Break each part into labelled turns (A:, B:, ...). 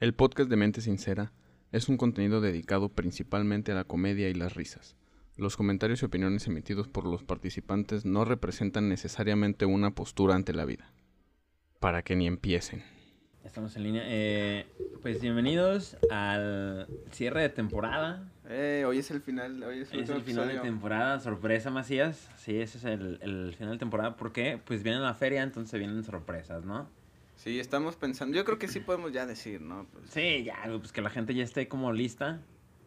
A: El podcast de Mente Sincera es un contenido dedicado principalmente a la comedia y las risas. Los comentarios y opiniones emitidos por los participantes no representan necesariamente una postura ante la vida. Para que ni empiecen.
B: Estamos en línea. Eh, pues bienvenidos al cierre de temporada.
C: Eh, hoy es el final, hoy es,
B: Es
C: otro
B: el final de
C: episodio.
B: temporada, sorpresa Macías. Sí, ese es el, el final de temporada. ¿Por qué? Pues viene la feria, entonces vienen sorpresas, ¿no?
C: Sí, estamos pensando. Yo creo que sí podemos ya decir, ¿no? Pues,
B: Sí, ya, pues que la gente ya esté como lista.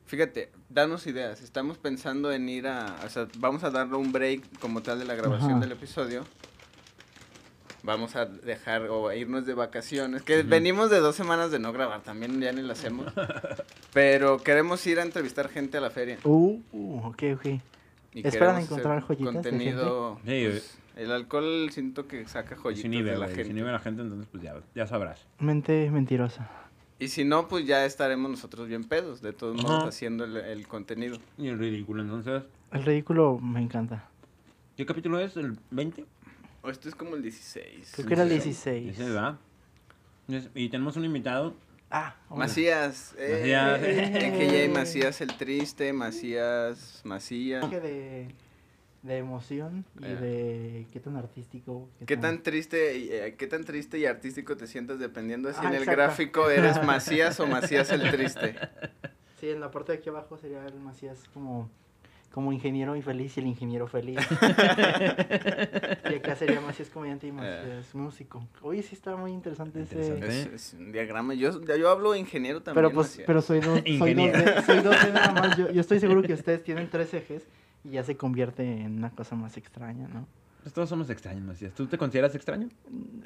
C: fíjate, danos ideas. Estamos pensando en ir a. O sea, vamos a darle un break como tal de la grabación
D: Ajá.
C: del episodio. Vamos a dejar o a irnos de vacaciones. Que venimos de dos semanas de no grabar, también ya ni lo hacemos. Pero queremos ir a entrevistar gente a la feria.
D: Uh, uh, ok, ok.
C: Y
D: ¿Esperan
C: queremos hacer
D: encontrar joyitas de
C: Contenido.
B: gente? Sí, eh.
C: pues, el alcohol siento que saca
B: Se
C: joyitas
B: inhibe,
C: de la
B: güey, se
C: gente.
B: inhibe la gente, entonces pues ya, ya sabrás.
D: Mente mentirosa.
C: Y si no, pues ya estaremos nosotros bien pedos, de todos
B: Ajá.
C: modos, haciendo el, el contenido.
B: Y el ridículo, entonces.
D: El ridículo me encanta.
B: ¿Qué capítulo es? ¿El 20?
C: O esto es como el 16.
D: Creo que era el
B: Sí.
D: 16.
B: Ese va. Entonces, Y tenemos un invitado.
D: Ah, hola.
C: Macías, eh,
B: Macías.
C: AKA Macías el Triste, Macías, Macías.
D: Que De, de emoción y
C: Eh.
D: de qué tan artístico.
C: ¿Qué tan triste, y, eh, qué tan triste y artístico te sientes dependiendo de si
D: Ah,
C: en el
D: exacto.
C: gráfico eres Macías o Macías el Triste?
D: Sí, en la parte de aquí abajo sería el Macías como, como ingeniero infeliz y el ingeniero feliz. y acá sería Macías comediante y
C: Eh.
D: Macías músico. Oye, sí está muy interesante
B: Interesante.
D: ese...
C: Es, es un diagrama. Yo, ya yo hablo ingeniero también.
D: Pero pues,
C: Macías.
D: pero soy dos, soy dos,
B: Ingeniero.
D: D, soy dos D nada más. Yo, yo estoy seguro que ustedes tienen tres ejes y ya se convierte en una cosa más extraña, ¿no?
B: Pues todos somos extraños, Macías. ¿Tú te consideras extraño?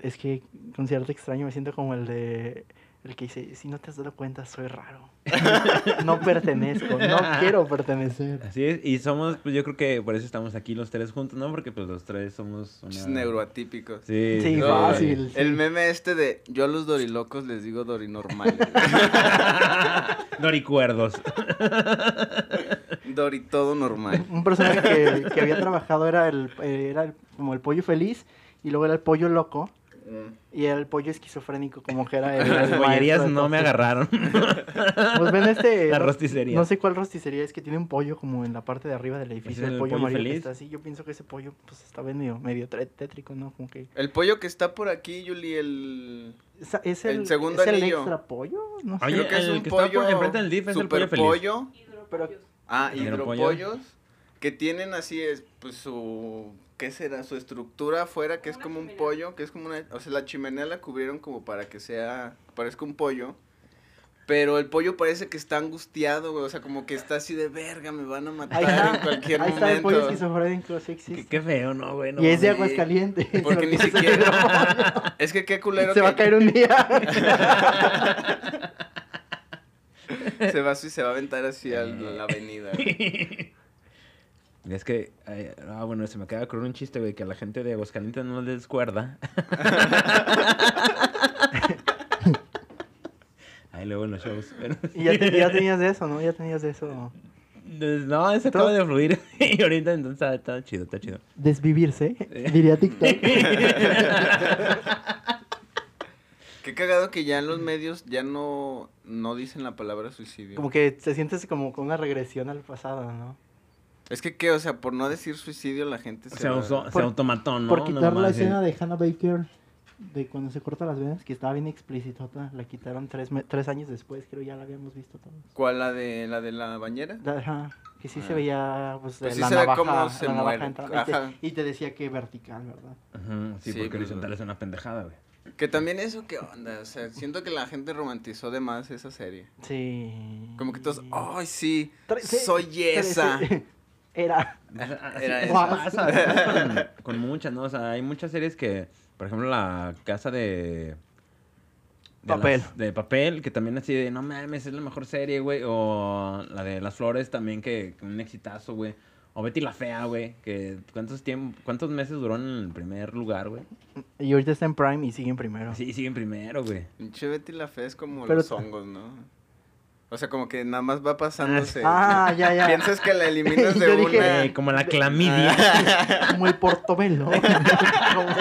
D: Es que con cierto extraño me siento como el de el que dice, si no te has dado cuenta, soy raro. no pertenezco, no quiero pertenecer.
B: Así es, y somos, pues yo creo que por eso estamos aquí los tres juntos, ¿no? Porque pues los tres somos una...
C: Es neuroatípico.
B: Sí,
D: Sí,
B: sí,
D: fácil.
C: Pues, El meme este de yo a los dorilocos les digo dorinormales.
B: Doricuerdos.
C: Dori todo normal.
D: Un personaje que, que había trabajado era el eh, era el- como el pollo feliz y luego era el pollo loco
C: Mm.
D: y era el pollo esquizofrénico como que era el, el
B: Las
D: maestro
B: bollerías
D: de
B: no me
D: todos.
B: agarraron.
D: Pues ven este
B: La
D: no-
B: rosticería.
D: No sé cuál rosticería es que tiene un pollo como en la parte de arriba del edificio,
B: es
D: el,
B: el
D: pollo
B: pollo
D: amarillo que
B: feliz?
D: está así. Yo pienso que ese pollo pues está medio medio tre- tétrico, ¿no? Como que
C: El pollo que está por aquí, Yuli, el...
D: Esa- ¿Es
C: El
D: el,
C: segundo
D: ¿es el
C: anillo.
D: extra pollo? No sé.
B: Oye,
C: Creo que es
B: el
C: un
B: que está
C: pollo...
B: por enfrente del DIF es el pollo feliz.
C: superpollo.
D: Pero
C: Ah,
B: Hidropollo.
C: hidropollos. Que tienen así, es, pues su... ¿Qué será? Su estructura afuera, que es como un pollo, que es como una... O sea, la chimenea la cubrieron como para que sea... Parezca un pollo. Pero el pollo parece que está angustiado, güey. O sea, como que está así de verga, me van a matar
D: ahí está,
C: en cualquier
D: ahí está el
C: momento.
D: pollo esquizofrénico, sí
B: qué,
D: existe.
B: qué feo, ¿no, güey? No,
D: y es de
C: sí.
D: Aguascalientes.
C: Porque ni
D: se-
C: siquiera... es que qué culero
D: Se va a
C: que-
D: caer un día.
C: Se va, se va a aventar así a la avenida.
B: Es que, ay, ah, bueno, se me acaba de ocurrir un chiste, güey, que a la gente de Aguascalientes no les cuerda. Ahí luego en los shows. pero-
D: y ya, te- ya tenías de eso, ¿no? Ya tenías de eso.
B: Pues, No, eso acaba de fluir. Y ahorita entonces está, está chido, está chido.
D: Desvivirse,
B: Sí.
D: diría TikTok.
C: Qué cagado que ya en los medios ya no, no dicen la palabra suicidio.
D: Como que te sientes como con una regresión al pasado, ¿no?
C: Es que qué, o sea, por no decir suicidio la gente se,
B: Se,
C: va-
B: usó, se
D: Por-
B: automató, ¿no?
D: Por
B: No
D: quitar la
B: mames, sí.
D: escena de Hannah Baker de cuando se corta las venas, que estaba bien explícitota, la quitaron tres, me- tres años después, creo ya la habíamos visto todos.
C: ¿Cuál la de la de la bañera?
D: Da- Ajá, que sí se
C: Ah.
D: veía pues,
C: Pues sí
D: la
C: se ve
D: navaja,
C: cómo se
D: la navaja
C: muere.
D: entrando, y te-
C: Ajá.
D: Y, te, decía que vertical, ¿verdad?
B: Ajá, sí,
C: Sí,
B: porque
C: pues,
B: horizontal es una pendejada, güey.
C: Que también eso qué onda, o sea, siento que la gente romantizó de más esa serie.
D: Sí.
C: Como que
B: Mm.
C: todos,
B: "Oh,
C: ay sí,
D: Tre- sí,
C: soy
D: tre-
C: esa.
D: sí. Era.
B: Así
C: Era
B: así
C: eso.
B: pasa, así pasa con, con muchas, ¿no? O sea, hay muchas series que, por ejemplo, la casa de... de
D: Papel.
B: las- de papel, que también así de, no mames, es la mejor serie, güey. O la de las flores también, que, que un exitazo, güey. O Betty la Fea, güey, que cuántos, tiemp- cuántos meses duró en el primer lugar, güey.
D: Y ahorita está en Prime y siguen primero.
B: Sí, siguen primero, güey.
C: Pinche Betty la fe es como
D: Pero-
C: los hongos, ¿no? O sea, como que nada más va pasándose.
D: Ah, ya, ya.
C: Piensas que la eliminas de
D: Yo
C: una.
D: dije-
B: Eh, como
D: Ah.
B: la clamidia.
D: Como el portobelo. Como-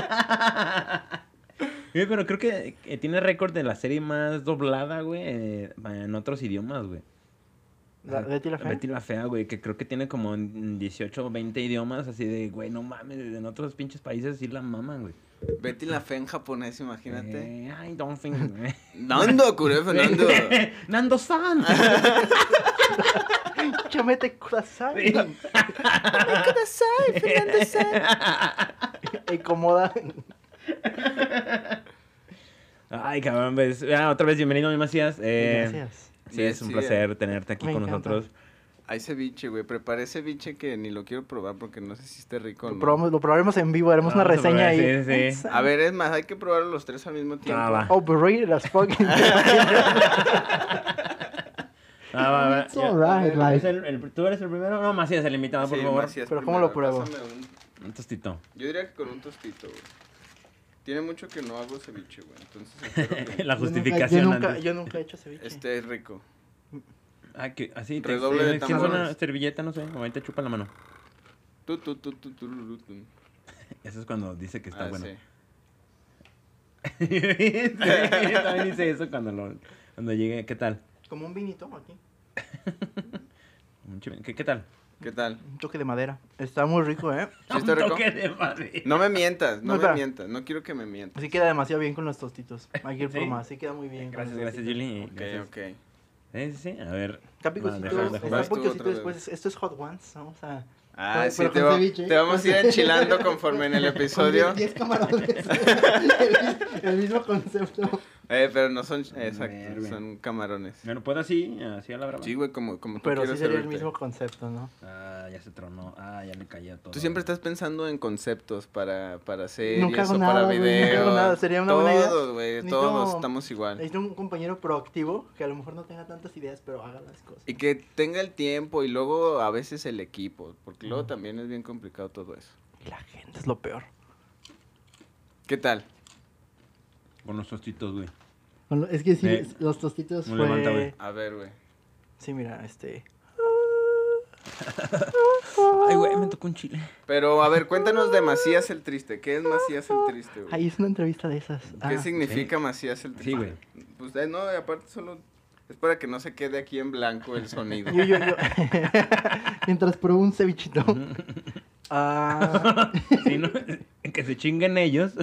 B: Güey, pero creo que eh, tiene récord de la serie más doblada, güey, eh, en otros idiomas, güey. Ah,
D: La- Betty la Fea.
B: Betty la Fea, güey, que creo que tiene como en 18 o 20 idiomas, así de, güey, no mames, en otros pinches países sí la maman, güey.
C: Betty la fe en japonés, imagínate.
B: Eh, I don't think. güey.
C: Nando, curé Fernando.
B: Nando-san.
D: Chamete Kurasai.
B: Sí.
D: Kurasai, Fernando San. Incomoda.
B: Ay, cabrón, pues, ah, otra vez bienvenido, mi Macías. Eh,
D: Gracias.
B: Sí, es un
C: eh.
B: placer tenerte aquí
D: Me
B: con
D: encanta.
B: nosotros.
C: Hay ceviche, güey. Preparé ceviche que ni lo quiero probar porque no sé si esté rico o
D: Lo
C: no.
D: probamos, lo probaremos en vivo, haremos una
B: Vamos a
D: reseña
B: probar,
D: ahí. Oh,
B: sí, sí.
C: A ver, es más, hay que probarlo los tres al mismo tiempo.
B: Ah, va.
D: Overrated as fuck.
B: Ah, va, va,
D: It's
B: ya.
D: alright, like-
B: ¿Es el- el- ¿Tú eres el primero? No, Macías, el invitado, Ah, por
C: Sí,
B: favor.
C: Macías
D: Pero ¿cómo lo
C: primero,
D: pruebo?
C: pásame un-
B: Un tostito.
C: Yo diría que con un tostito, güey. Tiene mucho que no hago ceviche, güey. Entonces espero que
B: La
D: Yo nunca-
B: justificación.
D: Yo nunca,
B: antes. Este-
D: yo nunca he hecho ceviche.
C: esté rico.
B: Ah, que así te
C: Redoble de
B: eh, ¿Quieres una
C: tambores.
B: servilleta? No sé, ahí te chupa la mano.
C: Tu, tu, tu, tu, tu, ru, ru, tu.
B: Eso es cuando dice que está
C: Ah,
B: bueno.
C: sí.
B: Sí, también dice eso cuando, lo, cuando llegue. ¿Qué tal?
D: Como un vinito aquí.
B: Un chive- ¿Qué, qué tal?
C: ¿Qué tal?
D: Un toque de madera. Está muy rico, ¿eh?
C: ¿Sí está
B: Un
C: rico?
B: toque de madre.
C: No me mientas, no
D: No,
C: me
D: está.
C: mientas. No quiero que me mientas.
D: Así queda demasiado bien con los tostitos. Hay que ir por
B: ¿Sí?
D: más. Sí queda muy bien. con
B: Gracias,
D: los
B: gracias,
D: tostitos.
B: Julie.
C: Ok,
B: gracias.
C: ok.
B: Sí, sí, sí. A ver.
D: Está
B: No,
D: picosito,
B: déjalo, déjalo.
D: está
C: Vas tú
D: picosito
C: otra vez.
D: este, después. Esto es Hot Ones. Vamos a.
C: Ah,
D: Pero
C: sí,
D: con
C: te, va-
D: ceviche.
C: te vamos a ir enchilando conforme en el episodio.
D: 10 camarones. el, mismo concepto.
C: Eh, pero no son, exacto,
B: Verga.
C: son camarones.
B: ¿Me lo puedo pues así? Así a la brava.
C: Sí, güey, como, como tú
D: Pero sí
C: quieras
D: sería el
C: servirte.
D: mismo concepto, ¿no?
B: Ah, ya se tronó. Ah, ya le caía todo.
C: Tú siempre estás pensando en conceptos para, para series
D: Nunca hago
C: o
D: nada,
C: para
D: güey, nunca hago
C: videos.
D: nada, sería una buena idea.
C: Todos, güey,
D: Necesito-
C: todos estamos igual.
D: Necesito un compañero proactivo que a lo mejor no tenga tantas ideas, pero haga las cosas.
C: Y que tenga el tiempo y luego a veces el equipo, porque luego también es bien complicado todo eso.
D: Y la gente es lo peor.
C: ¿Qué tal?
B: Con los tostitos, güey.
D: Bueno, Es que sí,
B: Eh,
D: los tostitos
B: me
D: fue...
B: levanta, güey.
C: A ver, güey.
D: sí, mira, este...
B: Ay, güey, me tocó un chile.
C: Pero a ver, cuéntanos de Macías el Triste. ¿Qué es Macías el Triste, güey?
D: Ahí es una entrevista de esas.
C: ¿Qué
D: Ah,
C: significa Macías el Triste?
B: Sí, güey.
C: Pues eh, no, y aparte solo es para que no se quede aquí en blanco el sonido.
D: yo, yo, yo. Mientras probó un cevichito. Ah,
B: Sí, ¿no? Que se chinguen ellos.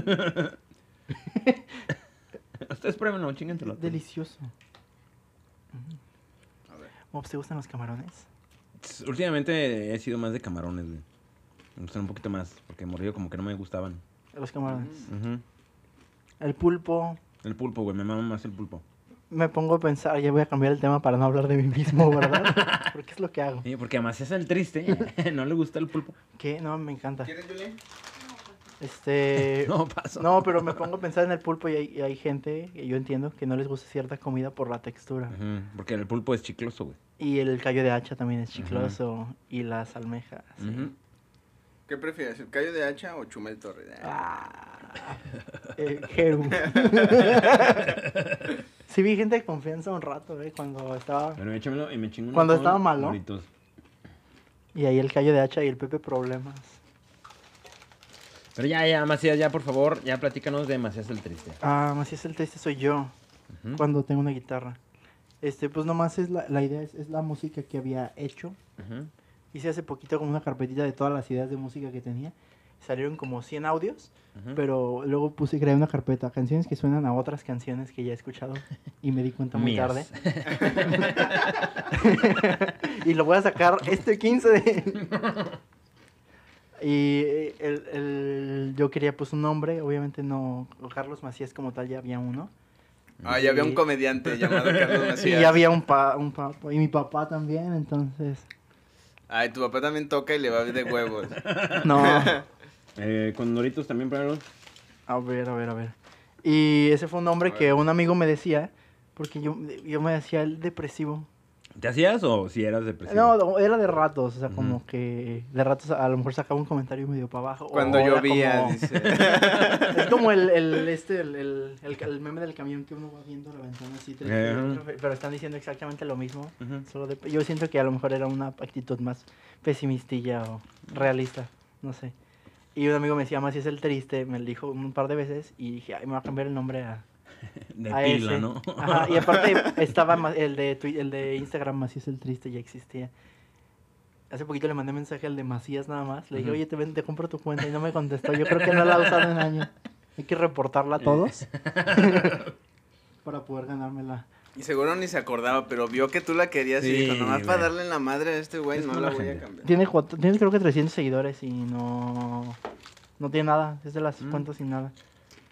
B: Ustedes pruébenlo, chinguenselo.
D: delicioso.
C: A ver.
D: Mops, ¿te gustan los camarones?
B: Últimamente he sido más de camarones, güey. Me gustan un poquito más, porque morrido como que no me gustaban.
D: Los camarones.
B: Ujú.
D: El pulpo.
B: El pulpo, güey, me mama más el pulpo.
D: Me pongo a pensar, ya voy a cambiar el tema para no hablar de mí mismo, ¿verdad? Porque es lo que hago.
B: Sí, porque además es el triste, no le gusta el pulpo.
D: ¿Qué? No, me encanta.
C: ¿Quieres, Julián?
D: Este...
B: No, paso.
D: No, pero me pongo a pensar en el pulpo y hay, y hay gente, que yo entiendo, que no les gusta cierta comida por la textura.
B: Ujú, Porque el pulpo es chicloso, güey.
D: Y el callo de hacha también es chicloso. Y las almejas.
B: Ujú.
C: ¿Qué prefieres, el callo de hacha o Chumel Torres?
D: Ah, eh, Jeru. sí vi gente de confianza un rato, eh, cuando estaba...
B: Bueno, échamelo y me chingo unos
D: Cuando
B: con
D: estaba malo.
B: Doritos.
D: Y ahí el callo de hacha y el Pepe Problemas.
B: Pero ya, ya, Macías, ya, por favor, ya platícanos de Macías el triste.
D: Ah, así es el triste soy yo.
B: Ujú.
D: Cuando tengo una guitarra. Este, pues nomás es la, la idea, es, es la música que había hecho.
B: Ujú.
D: Hice hace poquito como una carpetita de todas las ideas de música que tenía. Salieron como 100 audios,
B: Ujú.
D: pero luego puse, creé una carpeta, canciones que suenan a otras canciones que ya he escuchado y me di cuenta muy
B: Mías.
D: tarde. y lo voy a sacar este 15 de... Y eh, el, el- yo quería pues un nombre, obviamente no, Carlos Macías como tal ya había uno.
C: Ah, ya había un comediante llamado Carlos
D: Y
C: Macías.
D: ya había un, pa, un papá, y mi papá también, entonces...
C: Ay, tu papá también toca y le va de huevos.
D: No,
B: Eh, con Doritos también, pruébalos.
D: A ver, a ver, a ver. Y ese fue un nombre
C: A
D: que
C: ver.
D: un amigo me decía, porque yo, yo me decía el depresivo.
B: ¿Te hacías o si eras depresivo?
D: No, no, era de ratos, o sea, como
B: Ujú.
D: que de ratos a lo mejor sacaba un comentario medio para abajo. o
C: Cuando
D: era
C: llovía,
D: como-
C: dice.
D: Es como el, el, este, el, el, el ca- el meme del camión que uno va viendo la ventana así, tres
B: Ajá.
D: kilómetros, pero están diciendo exactamente lo mismo.
B: Ujú.
D: Solo de- yo siento que a lo mejor era una actitud más pesimistilla o realista, no sé. Y un amigo me decía, Macías el triste, me lo dijo un par de veces y dije, ay, me voy a cambiar el nombre a,
B: De
D: a
B: pila,
D: ese".
B: ¿no?
D: Ajá, y aparte estaba ma- el de, Twi- el de Instagram, Macías el triste, ya existía. Hace poquito le mandé mensaje al de Macías nada más. Le dije,
B: Ujú.
D: oye, te, ven, te compro tu cuenta y no me contestó. Yo creo que no la ha usado en año. Hay que reportarla a todos para poder ganármela.
C: Y seguro ni se acordaba, pero vio que tú la querías
B: Sí,
C: y dijo, nomás para
B: güey.
C: darle en la madre a este güey,
B: Es
C: no
B: como
C: la
B: la
C: voy a
B: gente.
C: cambiar.
D: Tiene, cuatro- tiene creo que 300 seguidores y no, no tiene nada. Es de las
B: Mm.
D: cuentas sin nada.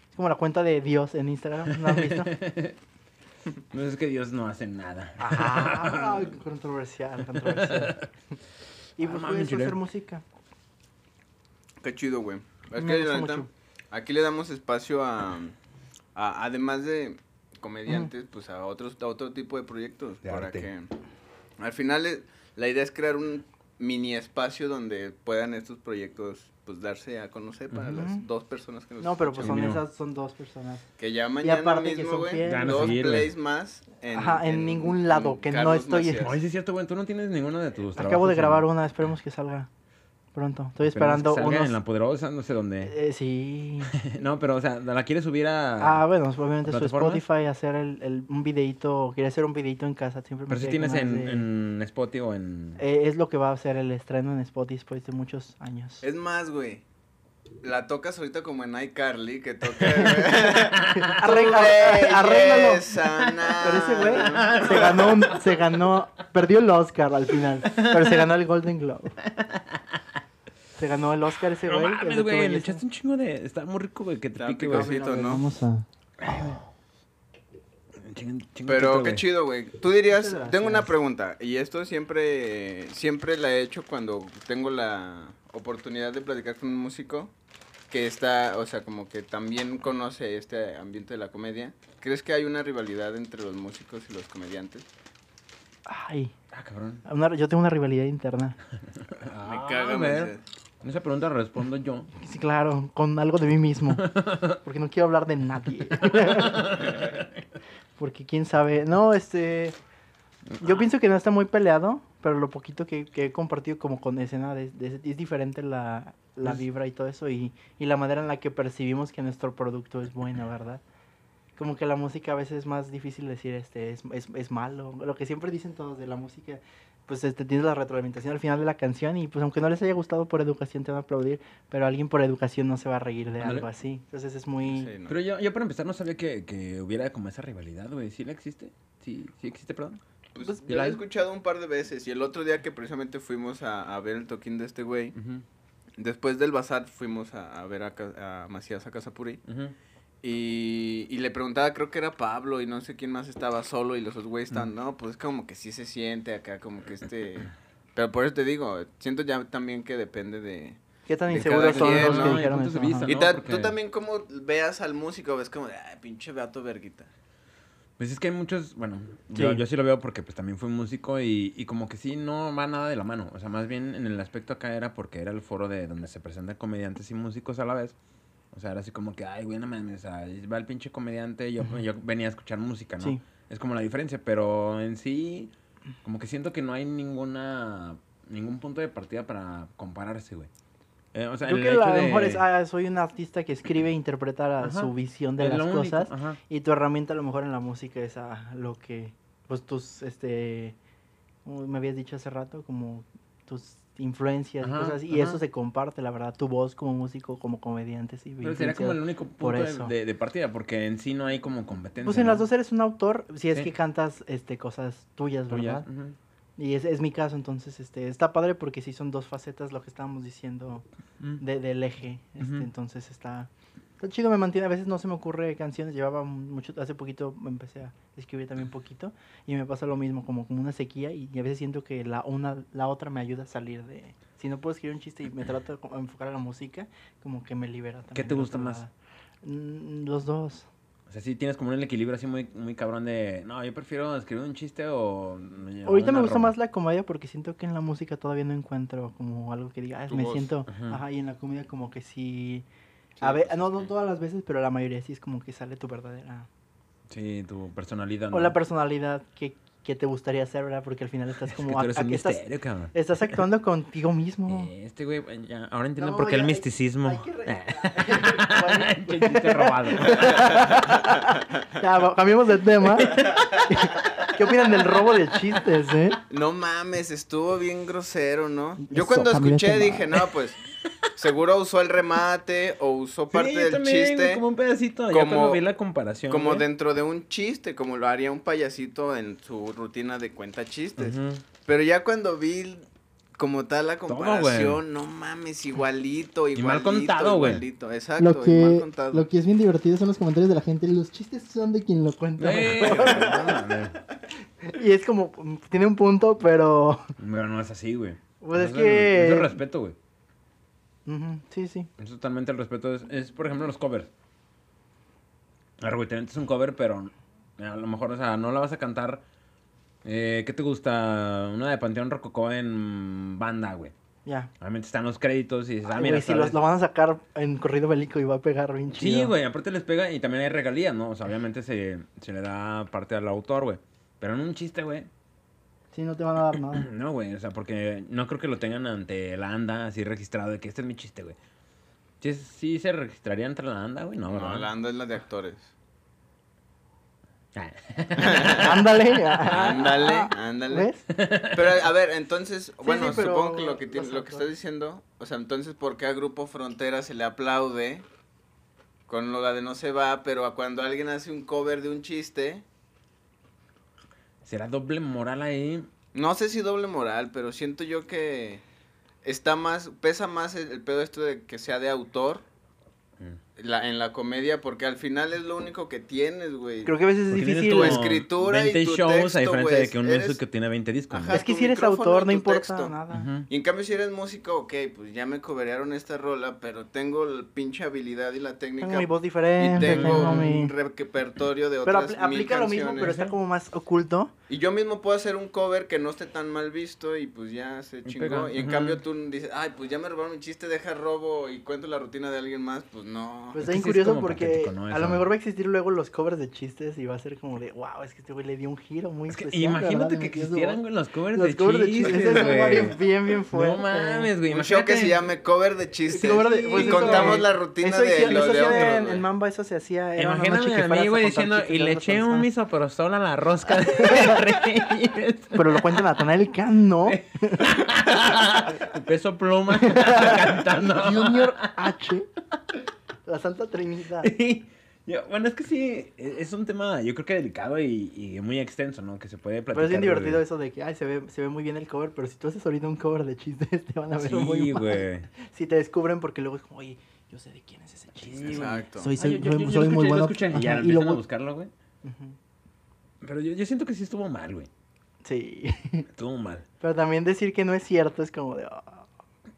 D: Es como la cuenta de Dios en Instagram. ¿No has visto?
B: No es que Dios no hace nada.
D: Ah, controversial, controversial. Y
B: Ah,
D: pues
B: mami,
D: fue eso,
B: chile.
D: hacer música.
C: Qué chido, güey. Es
D: Me
C: que
D: gusta
C: la neta,
D: mucho.
C: aquí le damos espacio a, a- además de comediantes, pues a otros, a otro tipo de proyectos.
B: De
C: para
B: arte.
C: que al final eh, la idea es crear un mini espacio donde puedan estos proyectos pues darse a conocer para
D: Ujú.
C: las dos personas que nos
D: No, pero pues
C: escuchan.
D: son
B: Mínimo.
D: esas, son dos personas.
C: que ya mañana
D: aparte que
C: mismo,
D: son
C: güey,
D: fieles.
B: Van a
C: dos
B: seguir, güey.
C: plays más en,
D: Ajá, en ningún lado, que no estoy-
C: Macías.
B: Oye, sí es cierto, güey. Tú no tienes ninguno de tus
D: Acabo de grabar
B: uno.
D: una, esperemos que salga pronto. Estoy esperando unos...
B: en La Poderosa, no sé dónde.
D: eh, sí.
B: No, pero, o sea, la quieres subir a...
D: Ah, bueno, obviamente su
B: ¿plataforma?
D: Spotify, hacer el, el- un videito, quiere hacer un videito en casa. Siempre me
B: pero si
D: quedé con
B: tienes en,
D: ganas de-
B: en Spotify o en...
D: Eh, es lo que va a ser el estreno en Spotify después de muchos años.
C: Es más, güey. La tocas ahorita como en iCarly, que toca.
D: Arregla- arréglalo. Pero ese güey se ganó, un- se ganó, perdió el Oscar al final, pero se ganó el Golden Globe. Se ganó el Oscar ese
B: No
D: güey. el de
B: mames,
D: tu
B: güey, le
D: belleza.
B: echaste un chingo de... Está muy rico, güey, que te
C: Está
B: pique, güey.
C: picosito.
D: A ver,
C: ¿no?
D: Vamos a...
B: Chinga- chinga esto,
C: Pero qué
B: güey.
C: chido, güey. Tú
D: Muchas
C: dirías,
D: gracias.
C: tengo una pregunta, y esto siempre, siempre la he hecho cuando tengo la oportunidad de platicar con un músico que está, o sea, como que también conoce este ambiente de la comedia. ¿Crees que hay una rivalidad entre los músicos y los comediantes?
D: Ay,
B: Ah, cabrón.
D: una- yo tengo una rivalidad interna.
C: Me
B: Ah,
C: caga,
B: ver.
C: Moisés.
B: En Esa pregunta respondo yo.
D: Sí, claro, con algo de mí mismo. Porque no quiero hablar de nadie. Porque quién sabe. No, este. Yo pienso que no está muy peleado, pero lo poquito que, que he compartido como con escena de- de- es diferente la, la
B: Es-
D: vibra y todo eso y, y la manera en la que percibimos que nuestro producto es bueno, ¿verdad? Como que la música a veces es más difícil decir, este, es, es, es malo. Lo que siempre dicen todos de la música, pues este, tienes la retroalimentación al final de la canción y pues aunque no les haya gustado por educación te van a aplaudir, pero alguien por educación no se va a reír de
B: Ándale.
D: algo así. Entonces es muy...
C: Sí, no.
B: Pero yo, yo para empezar no sabía que, que hubiera como esa rivalidad, güey. ¿Sí la existe? ¿Sí, sí existe, perdón?
C: Pues,
D: Pues,
C: yo la he
B: la-
C: escuchado un par de veces y el otro día que precisamente fuimos a, a ver el toquín de este güey,
B: Ujú,
C: después del bazar fuimos a, a ver a, Ca- a Macías a Casapuri
B: ujú.
C: y, y le preguntaba, creo que era Pablo y no sé quién más estaba solo y los dos güeyes
B: Mm.
C: están, no, pues como que sí se siente acá, como que este... Pero por eso te digo, siento ya también que depende de...
D: ¿Qué tan
C: de
D: inseguros
C: cada
D: son
C: quien,
D: los
C: ¿no?
D: que
C: Y
D: dijeron
B: puntos
D: eso?
B: de vista,
D: Ajá.
C: Y
B: No,
C: ta-
B: porque-
C: tú también como veas al músico, ves como, de, ay, pinche vato verguita.
B: Pues es que hay muchos, bueno,
D: Sí.
B: Yo, yo sí lo veo porque pues también fui músico y, y como que sí no va nada de la mano. O sea, más bien en el aspecto acá era porque era el foro de donde se presentan comediantes y músicos a la vez. O sea, era así como que, ay, güey, no mames, o sea, ahí va el pinche comediante, yo, yo venía a escuchar música, ¿no?
D: Sí.
B: Es como la diferencia, pero en sí, como que siento que no hay ninguna, ningún punto de partida para compararse, güey. Eh, o sea,
D: Creo
B: el
D: que
B: hecho
D: a lo
B: de-
D: mejor es, ah, soy un artista que escribe e interpreta la-
B: Ajá.
D: su visión de
B: es
D: las
B: lo único,
D: cosas.
B: ajá.
D: Y tu herramienta a lo mejor en la música es a lo que, pues tus, este, como me habías dicho hace rato, como tus influencias y
B: Ajá,
D: cosas así. Y
B: ajá.
D: eso se comparte, la verdad, tu voz como músico, como comediante. Sí,
B: Pero sería como el único punto
D: por
B: de-
D: eso.
B: de, de partida, porque en sí no hay como competencia.
D: Pues en
B: ¿no?
D: las dos eres un autor, si es
B: Sí.
D: que cantas este, cosas tuyas, ¿verdad?
B: Tuyas, ujú.
D: Y es, es mi caso, entonces este, está padre porque sí son dos facetas lo que estábamos diciendo
B: Mm.
D: de- del eje. este,
B: Ujú.
D: Entonces está, está chido, me mantiene. A veces no se me ocurre canciones. Llevaba mucho, hace poquito me empecé a escribir también poquito. Y me pasa lo mismo, como, como una sequía. Y, y a veces siento que la, una, la otra me ayuda a salir de. Si no puedo escribir un chiste y me trato de co- enfocar a la música, como que me libera también.
B: te
D: de
B: gusta
D: otro
B: más?
D: lado. Mm, Los dos.
B: O sea, sí tienes como un equilibrio así muy, muy cabrón de, no, yo prefiero escribir un chiste o... mm,
D: Ahorita
B: una
D: me gusta
B: rola".
D: más la comedia porque siento que en la música todavía no encuentro como algo que diga, "Ah,
C: Tu
D: me
C: voz.
D: siento,
B: Ajá.
D: ajá. y en la comedia como que sí,
C: Sí,
D: a ver,
C: pues,
D: no,
C: es
D: no
C: que-
D: todas las veces, pero la mayoría sí es como que sale tu verdadera,
B: Sí, tu personalidad.
D: o
B: ¿no?
D: la personalidad que qué te gustaría hacer, ¿verdad? Porque al final estás como...
B: que tú eres
D: a- a-
B: un
D: que estás,
B: misterio, cabrón.
D: estás actuando contigo mismo.
B: Eh, Este güey, ya, ahora entiendo
D: No,
B: por qué
D: ya
B: el
D: hay-
B: misticismo.
D: hay que re-
B: Eh,
D: Ay,
B: qué chiste robado.
D: Ya, va- cambiemos de tema. ¿Qué opinan del robo de chistes, eh?
C: No mames, estuvo bien grosero, ¿no? Yo
D: Eso,
C: cuando
D: también
C: escuché
D: está mal.
C: dije, no, pues seguro usó el remate o usó parte
B: Sí, yo
C: del
B: también, güey,
C: chiste.
B: Como un pedacito. Yo
C: como-
B: cuando vi la comparación.
C: Como
B: güey.
C: dentro de un chiste, como lo haría un payasito en su rutina de cuenta chistes.
B: Ujú.
C: Pero ya cuando vi como tal la
B: Todo, güey.
C: comparación, no mames, igualito, igualito.
B: Y mal contado, güey.
C: igualito. Exacto,
E: Lo
C: y mal
E: que,
C: contado.
E: lo que es bien divertido son los comentarios de la gente. Los chistes son de quien lo cuenta.
B: Eh, güey, no mames.
D: Y es como, mm, tiene un punto, pero...
B: Pero no es así, güey.
D: Pues es
B: Eso el- Eso es
D: que-
B: respeto, güey.
D: Ujú, sí, sí.
B: Es totalmente el respeto. Es, es, por ejemplo, los covers. A ver, güey, te metes un cover, pero a lo mejor, o sea, no la vas a cantar. Eh, ¿Qué te gusta? Una de Panteón Rococó en banda, güey.
D: Ya.
B: Obviamente están los créditos y dices, ah,
D: Ay,
B: mira,
D: güey, si
B: ¿sabes?
D: los, lo van a sacar en corrido bélico y va a pegar bien chido.
B: Sí, güey, aparte les pega y también hay regalías, ¿no? O sea, obviamente se, se le da parte al autor, güey. Pero en un chiste, güey.
E: Sí, no te van a dar nada.
B: No, güey, o sea, porque no creo que lo tengan ante la ANDA así registrado de que este es mi chiste, güey. Sí, sí se registraría ante la ANDA, güey, no,
C: No,
B: ¿verdad?
C: la ando es la de actores.
B: Ah.
D: Ándale.
C: Ándale, ándale.
D: ¿Ves?
C: Pero a ver, entonces, bueno,
D: sí, pero
C: supongo que lo que, tiene-
D: los
C: lo que
D: actores.
C: estás diciendo, o sea, entonces, ¿por qué a Grupo Frontera se le aplaude con lo la de no se va, pero a cuando alguien hace un cover de un chiste,
B: ¿Será doble moral ahí?
C: no sé si doble moral, pero siento yo que está más, pesa más el, el pedo esto de que sea de autor la, en la comedia, porque al final es lo único que tienes, güey.
D: Creo que a veces es
B: Porque tienes
D: difícil.
C: tu
B: como
D: güey.
C: escri- escritura y tu
B: shows
C: texto,
B: a diferencia
C: güey,
B: de que un
C: eres-
B: músico que tiene 20 discos.
C: Ajá,
B: güey.
D: Es que
C: tu
D: si eres
C: micrófono y
D: autor, no
C: tu
D: importa
C: texto.
D: nada.
B: Ujú.
C: Y en cambio, si eres músico, ok, pues ya me coberearon esta rola, pero tengo la pinche habilidad y la técnica.
D: Tengo mi voz
C: y
D: diferente.
C: tengo
D: tengo mi-
C: un repertorio de
D: Pero
C: otras ¿eh?
D: apl-
C: mil
D: aplica lo mismo,
C: canciones.
D: pero está como más oculto.
C: Y yo mismo puedo hacer un cover que no esté tan mal visto y pues ya se
B: Y
C: chingó.
B: pega,
C: Y en
B: ajá.
C: cambio tú dices, ay, pues ya me robaron mi chiste, deja robo y cuento la rutina de alguien más, pues no.
D: Pues
B: Es que
D: está bien
B: sí es
D: curioso
B: como
D: porque
B: patético, ¿no?
D: a
B: Eso.
D: lo mejor va a existir luego los covers de chistes y va a ser como de, wow, es que este güey le dio un giro muy
B: Es que
D: especial,
B: imagínate
D: ¿verdad?
B: que
D: Le metió su
B: existieran,
D: voz".
B: güey, los covers
D: los
B: de
D: covers de
B: chistes,
D: chistes. Es algo
B: güey.
D: bien, bien, bien fuerte.
B: No mames, güey,
C: un show que
B: imagínate.
C: se llame cover de chistes.
D: cover de- pues
C: y
D: eso-
C: contamos la rutina
D: Eso,
C: de
D: hicieron-
C: lo
D: eso
C: de
D: hacían
C: otro.
D: en, en
C: güey.
D: Mamba eso se hacía. era una noche
B: Imagíname
D: que
B: a
D: fueras
B: mí, güey,
D: contar
B: diciendo,
D: chistes
B: y
D: de
B: le
D: otras
B: eché un
D: personas".
B: misoprostol a la rosca de Reyes.
D: Pero lo cuenta Natanael Can, ¿no?
B: Peso pluma cantando.
D: Junior H. La Santa Trinidad.
B: Yo- bueno, es que sí, e- es un tema yo creo que delicado y, y muy extenso, ¿no? Que se puede platicar.
D: Pero es bien
B: güey.
D: divertido eso de que, ay, se ve, se ve muy bien el cover, pero si tú haces ahorita un cover de chistes, te van a ver
B: Sí,
D: muy mal.
B: güey.
D: Si te descubren, porque luego es como, oye, yo sé de quién es ese chiste.
B: Sí, güey.
C: Exacto.
E: Soy,
B: Ah,
E: soy,
B: yo- yo-
E: soy-
B: yo lo
E: soy muy
B: escuché, yo lo
E: bueno.
B: escuché. Y ya
E: Ajá,
B: empiezan
E: luego-
B: a buscarlo, güey.
D: Ujú.
B: Pero yo, yo siento que sí estuvo mal, güey.
D: Sí.
B: Estuvo mal.
D: Pero también decir que no es cierto es como de. ah, ah.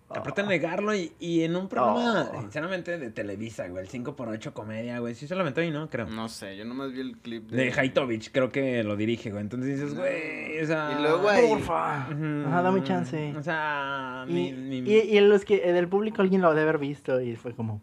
B: Aparte de negarlo y, y en un programa,
D: Oh.
B: sinceramente, de Televisa, güey. El 5x8 comedia, güey. Sí se lo aventó y no, creo.
C: No sé, yo nomás vi el clip de...
B: De Haitovich, creo que lo dirige, güey. Entonces dices, güey, o sea...
C: Y luego ahí-
D: ah, Porfa.
B: Ujú.
D: Ajá, dame chance.
B: O sea,
D: Y,
B: mi- mi-
D: y- y en los que en el público alguien lo ha de haber visto y fue como.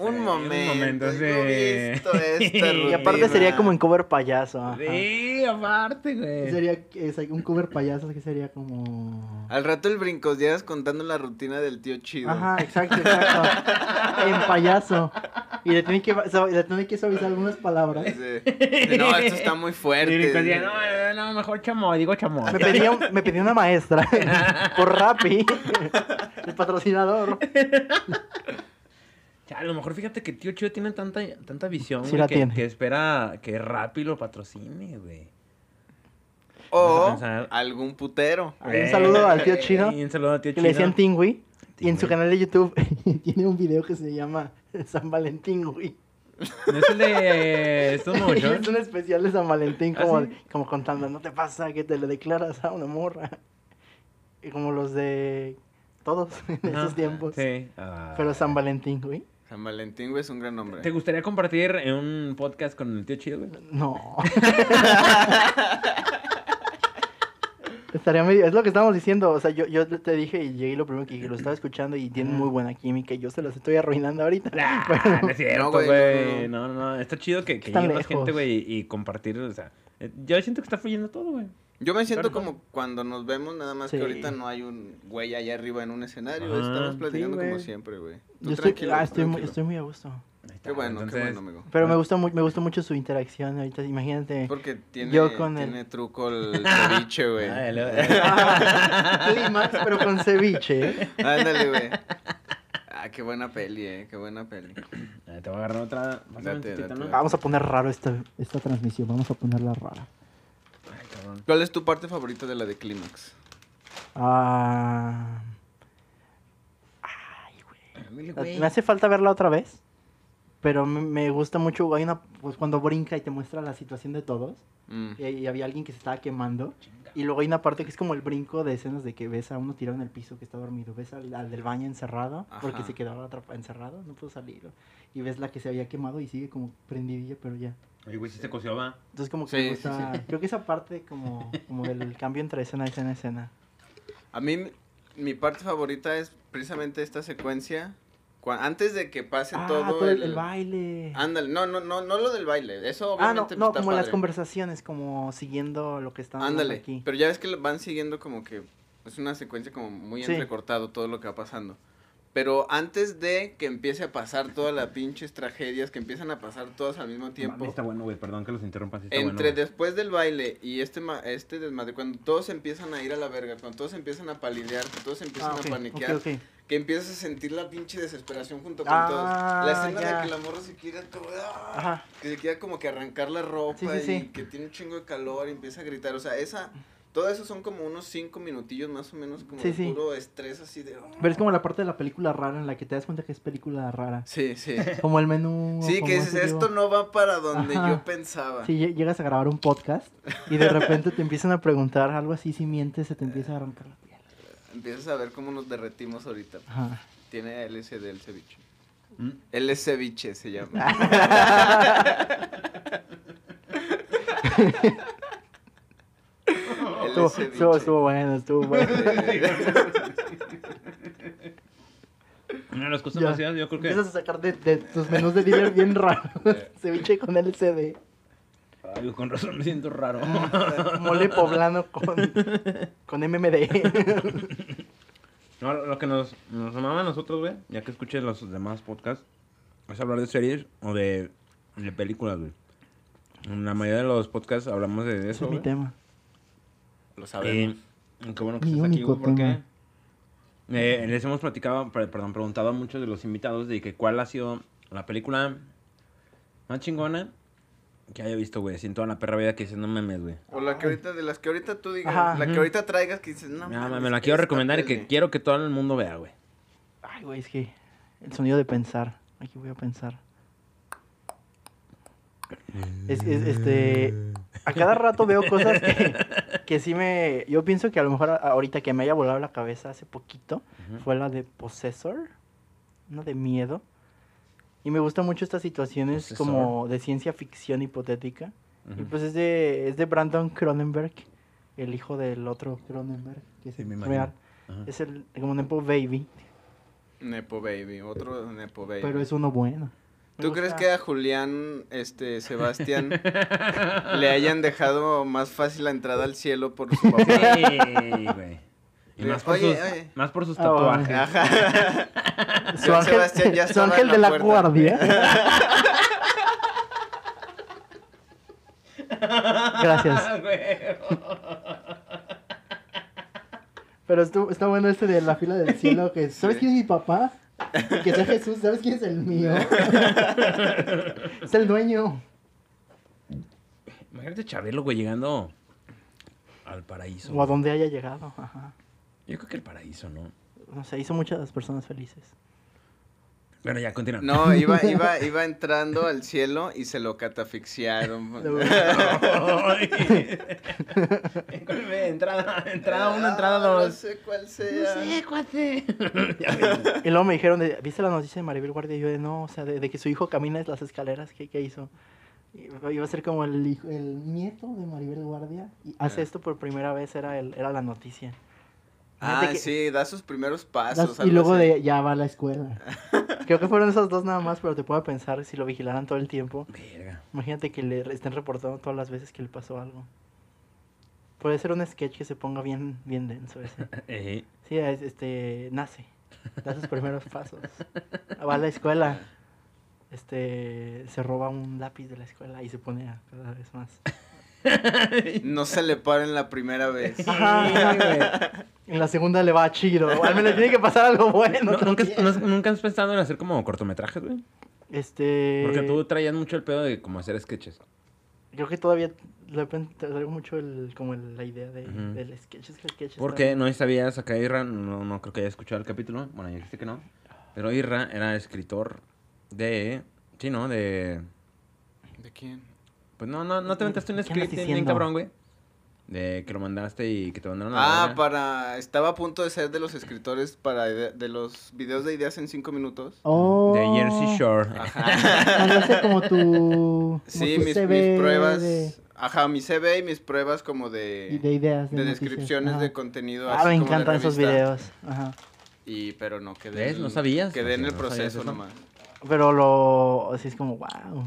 C: Un
B: Eh, un
C: momento,
B: momento,
C: yo
B: sí.
C: he visto esta
B: Y
D: Y aparte sería
C: rutina.
D: como en cover payaso. ajá.
B: Sí, aparte, güey.
E: Sería es un cover payaso que sería como.
C: Al rato el brincos llegas contando la rutina del tío chido.
D: Ajá, exacto, exacto. en payaso. Y le tiene que, sua- le tiene que suavizar algunas palabras.
C: Sí. No, esto está muy fuerte.
B: Y Rico decía, no, no, no, mejor chamo, digo chamo.
D: Me pedía, un- me pedía una maestra por Rappi, el patrocinador.
B: Chale, A lo mejor fíjate que tío Chido tiene tanta, tanta visión
D: Sí
B: güey,
D: la
B: que,
D: tiene.
B: que espera que Rappi lo patrocine, güey. Vamos a
C: O
B: pensar.
C: algún putero.
D: Ay, un saludo al tío Chido.
B: Y un saludo al tío
D: Que
B: Chido.
D: le decían Tingui. Y en
B: Tingui.
D: su canal de YouTube tiene un video que se llama San Valentín, güey.
B: ¿No es el de estos
D: Y es
B: mochos?
D: un especial de San Valentín,
B: ¿Ah,
D: como,
B: sí?
D: como contando, no te pasa que te le declaras a una morra. Y como los de todos en esos tiempos.
B: Sí. Ah.
D: Pero San Valentín, güey.
C: San Valentín, güey, es un gran nombre.
B: ¿Te gustaría compartir en un podcast con el tío Chido, güey?
D: No. Estaría medio, es lo que estábamos diciendo, o sea, yo, yo te dije y llegué y lo primero que dije, lo estaba escuchando y tienen muy buena química y yo se las estoy arruinando ahorita.
B: Ah, no es cierto,
C: No, güey,
B: güey. No no. no, Está chido que, que
D: Están
B: llegue más
D: lejos.
B: gente, güey, y compartir, o sea. eh, Yo siento que está fluyendo todo, güey.
C: Yo me siento
D: Claro.
C: como cuando nos vemos, nada más
D: Sí.
C: que ahorita no hay un güey allá arriba en un escenario.
B: Ah,
C: Estamos
B: sí,
C: platicando como
D: güey.
C: siempre, güey. Tú
D: Yo estoy,
C: tranquilo,
D: ah, estoy, muy,
C: tranquilo.
D: estoy muy a gusto.
B: Ahí está,
C: Qué bueno,
B: entonces,
C: qué bueno, amigo.
D: Pero me gusta, mu- me gusta mucho su interacción ahorita. Imagínate.
C: Porque tiene,
D: eh, Yo con el-
C: tiene truco el ceviche, güey.
B: Ah, el-
D: Ah, Clímax, pero con ceviche.
C: Ándale, güey. Ah, qué buena peli, eh. Qué buena peli.
B: Eh, Te voy a agarrar otra.
C: Date,
B: Pásame tantito,
C: date,
B: ¿no?
C: date.
D: Vamos a poner raro esta.
F: Esta transmisión, vamos a ponerla rara.
B: Ay, cabrón.
C: ¿Cuál es tu parte favorita de la de Clímax?
D: Ah,
B: Ándale, güey.
D: me hace falta verla otra vez. Pero me, me gusta mucho. Hay una. Pues cuando brinca y te muestra la situación de todos.
C: Mm.
D: Y, y había alguien que se estaba quemando. Y luego hay una parte que es como el brinco de escenas de que ves a uno tirado en el piso que está dormido. Ves al, al del baño encerrado porque
C: Ajá.
D: se quedaba atrapado encerrado, no pudo salir. Y ves la que se había quemado y sigue como prendidilla, pero ya.
B: Oye, güey, sí se coció, va.
D: Entonces como que
C: Sí,
D: me
C: sí,
D: gusta- creo que esa parte de como, como del cambio entre escena, escena, escena.
C: A mí, mi parte favorita es precisamente esta secuencia. cua- antes de que pase
D: Ah,
C: todo,
D: todo el, el baile.
C: Ándale, no, no, no, no lo del baile. Eso
D: Ah, no,
C: obviamente pues
D: no,
C: está
D: como las
C: padre.
D: conversaciones, como siguiendo lo que está
C: Ándale,
D: aquí.
C: pero ya ves que lo van siguiendo como que es una secuencia como muy
D: Sí.
C: entrecortado todo lo que va pasando. Pero antes de que empiece a pasar todas las pinches tragedias que empiezan a pasar todas al mismo tiempo,
B: Mami, Está bueno, güey, perdón que los interrumpa. sí está bueno,
C: entre
B: güey.
C: después del baile y este ma- este desmadre, cuando todos empiezan a ir a la verga, cuando todos empiezan a palidear, cuando todos empiezan
D: Ah, ok,
C: a
D: ok,
C: paniquear,
D: ok.
C: que empiezas a sentir la pinche desesperación junto con
D: Ah,
C: todos. La escena
D: ya.
C: de que la morra se quiere como, ¡ah!
D: Ajá.
C: que se quiera como que arrancar la ropa
D: Sí, sí,
C: y
D: sí.
C: que tiene un chingo de calor y empieza a gritar, o sea, esa todo eso son como unos cinco minutillos más o menos como
D: Sí,
C: de
D: sí.
C: puro estrés así de "Oh".
D: Pero es como la parte de la película rara en la que te das cuenta que es película rara.
C: Sí, sí.
D: Como el menú. o
C: Sí,
D: como
C: que dices,
D: ese tipo.
C: esto no va para donde
D: Ajá.
C: yo pensaba.
D: Si lle- llegas a grabar un podcast y de repente te empiezan a preguntar algo así, si mientes, se te empieza a arrancar la piel.
C: Empiezas a ver cómo nos derretimos ahorita.
D: Ajá.
C: Tiene LSD el ceviche.
B: Mm.
C: El ceviche se llama. El
D: Estuvo,
C: ceviche.
D: estuvo- estuvo bueno, estuvo bueno.
B: Una de las cosas
D: Ya.
B: más chidas, yo creo que.
D: Empiezas a sacar de, de tus menús de dealer bien raros.
C: Eh.
D: Ceviche con LCD.
B: Ay, güey, con razón me siento raro.
D: Mole poblano con, con MMD.
B: No, lo que nos, nos amaba a nosotros, güey, ya que escuché los demás podcasts, es hablar de series o de, de películas, güey. En la mayoría de los podcasts hablamos de
D: Ese
B: eso,
D: es mi
B: güey.
D: tema.
C: Lo sabemos.
B: Eh, qué bueno que
F: Mi
B: estés aquí,
F: único
B: güey, porque
F: tema.
B: eh, les hemos platicado, per- perdón, preguntado a muchos de los invitados de que cuál ha sido la película más chingona que haya visto, güey, así en toda la perra vida que dices, no memes, güey.
C: O la que ahorita, de las que ahorita tú digas,
D: Ajá.
C: la que
B: Ujú.
C: ahorita traigas que dices, no,
B: No,
C: mames,
B: me la quiero
C: esta
B: recomendar y que
C: peli".
B: quiero que todo el mundo vea, güey.
D: Ay, güey, es que el sonido de pensar. Aquí voy a pensar. Es, es- este, a cada rato veo cosas que, que sí me... Yo pienso que a lo mejor a- ahorita que me haya volado la cabeza hace poquito
B: Ujú.
D: fue la de Possessor, una de miedo. Y me gustan mucho estas situaciones
B: Possessor.
D: como de ciencia ficción hipotética. Y
B: Ujú.
D: pues es de, es de Brandon Cronenberg, el hijo del otro Cronenberg, que es
B: Sí, me
D: el
B: imagino.
D: real.
B: Ajá.
D: Es el, como Nepo Baby,
C: Nepo Baby, otro Nepo Baby.
D: pero es uno bueno. Me
C: ¿Tú crees
D: gusta-
C: que a Julián, este, Sebastián, le hayan dejado más fácil la entrada al cielo por su papá?
B: Sí, güey. Y más por,
C: Oye,
B: sus,
C: oye.
B: más por sus
D: Ah,
B: tatuajes.
C: Ajá.
D: su
C: Yo,
D: ángel,
C: Sebastián, ya
D: su
C: estaba en
D: ángel
C: la
D: de la
C: puerta.
D: guardia.
B: Ah,
D: Gracias.
F: Pero estu- está bueno este de la fila del cielo, que ¿sabes quién es mi papá? Y Que sea Jesús, ¿sabes quién es el mío? es el dueño.
B: Imagínate Chabelo, güey, llegando al paraíso.
D: O a
B: güey.
D: donde haya llegado. Ajá.
B: Yo creo que el paraíso, ¿no?
D: No sé, hizo muchas personas felices.
B: Bueno, ya, continúa.
C: No, iba, iba, iba entrando al cielo y se lo catafixiaron.
B: Ay. ¿Cuál fue? entrada, entrada uno, entrada
C: Ah, No
B: dos.
C: sé cuál sea.
B: cuate.
D: Y luego me dijeron, de, ¿viste la noticia de Maribel Guardia? Y yo de no, o sea, de, de que su hijo camina en las escaleras, ¿qué, qué hizo? Y- Iba a ser como el hijo.
F: El nieto de Maribel Guardia.
D: y Hace esto por primera vez, era, el, era la noticia.
C: Ah,
D: Fíjate que-
C: sí, da sus primeros pasos.
F: das- y
C: Ah, algo
F: luego
C: así.
F: de ya va a la escuela.
D: Creo que fueron esos dos nada más, pero te puedo pensar si lo vigilaran todo el tiempo.
B: Verga.
D: Imagínate que le re- estén reportando todas las veces que le pasó algo. Puede ser un sketch que se ponga bien, bien denso ese.
B: Ey.
D: Sí, es- este, nace, da sus primeros pasos, va a la escuela, este, se roba un lápiz de la escuela y se pone a cada vez más.
C: No se le paren la primera vez.
D: Ajá, güey. En la segunda le va chido, o al menos tiene que pasar algo
B: No,
D: bueno.
B: ¿nunca,
D: también.
B: has, no has- nunca has pensado en hacer como cortometrajes, güey?
D: Este,
B: Porque tú traías mucho el pedo de como hacer sketches.
D: creo que todavía le pen- traigo mucho el, como el- la idea de,
B: Ujú.
D: del sketch, es que el sketch está-
B: Porque no sabías acá Irra, no, no creo que haya escuchado el capítulo. Bueno, ya dijiste que no. Pero Irra era escritor de. Sí, ¿no? De.
C: ¿De quién?
B: Pues no, no, no te aventaste un
D: ¿Qué andas
B: script bien- bien
D: diciendo?
B: cabrón, güey. De que lo mandaste y que te mandaron a la
C: Ah,
B: verga.
C: para. Estaba a punto de ser de los escritores para ide- de los videos de ideas en cinco minutos.
G: Oh.
B: De Jersey Shore.
D: Ah,
C: Ajá.
G: Mandaste como tu. como
C: Sí,
G: tu
C: mis,
G: CV
C: mis pruebas.
G: De,
C: Ajá, mi CV y mis pruebas como de.
G: de ideas.
C: de
G: noticias.
C: descripciones
G: Ajá.
C: de contenido.
D: Ah,
C: así
D: me
C: como de
D: encantan esos
C: revista.
D: videos. Ajá.
C: Y, pero no quedé.
B: ¿Ves?
C: en-
B: No sabías.
C: Quedé en
B: No
C: el
B: sabías
C: proceso
B: eso.
C: nomás.
D: Pero lo. Así es como, wow.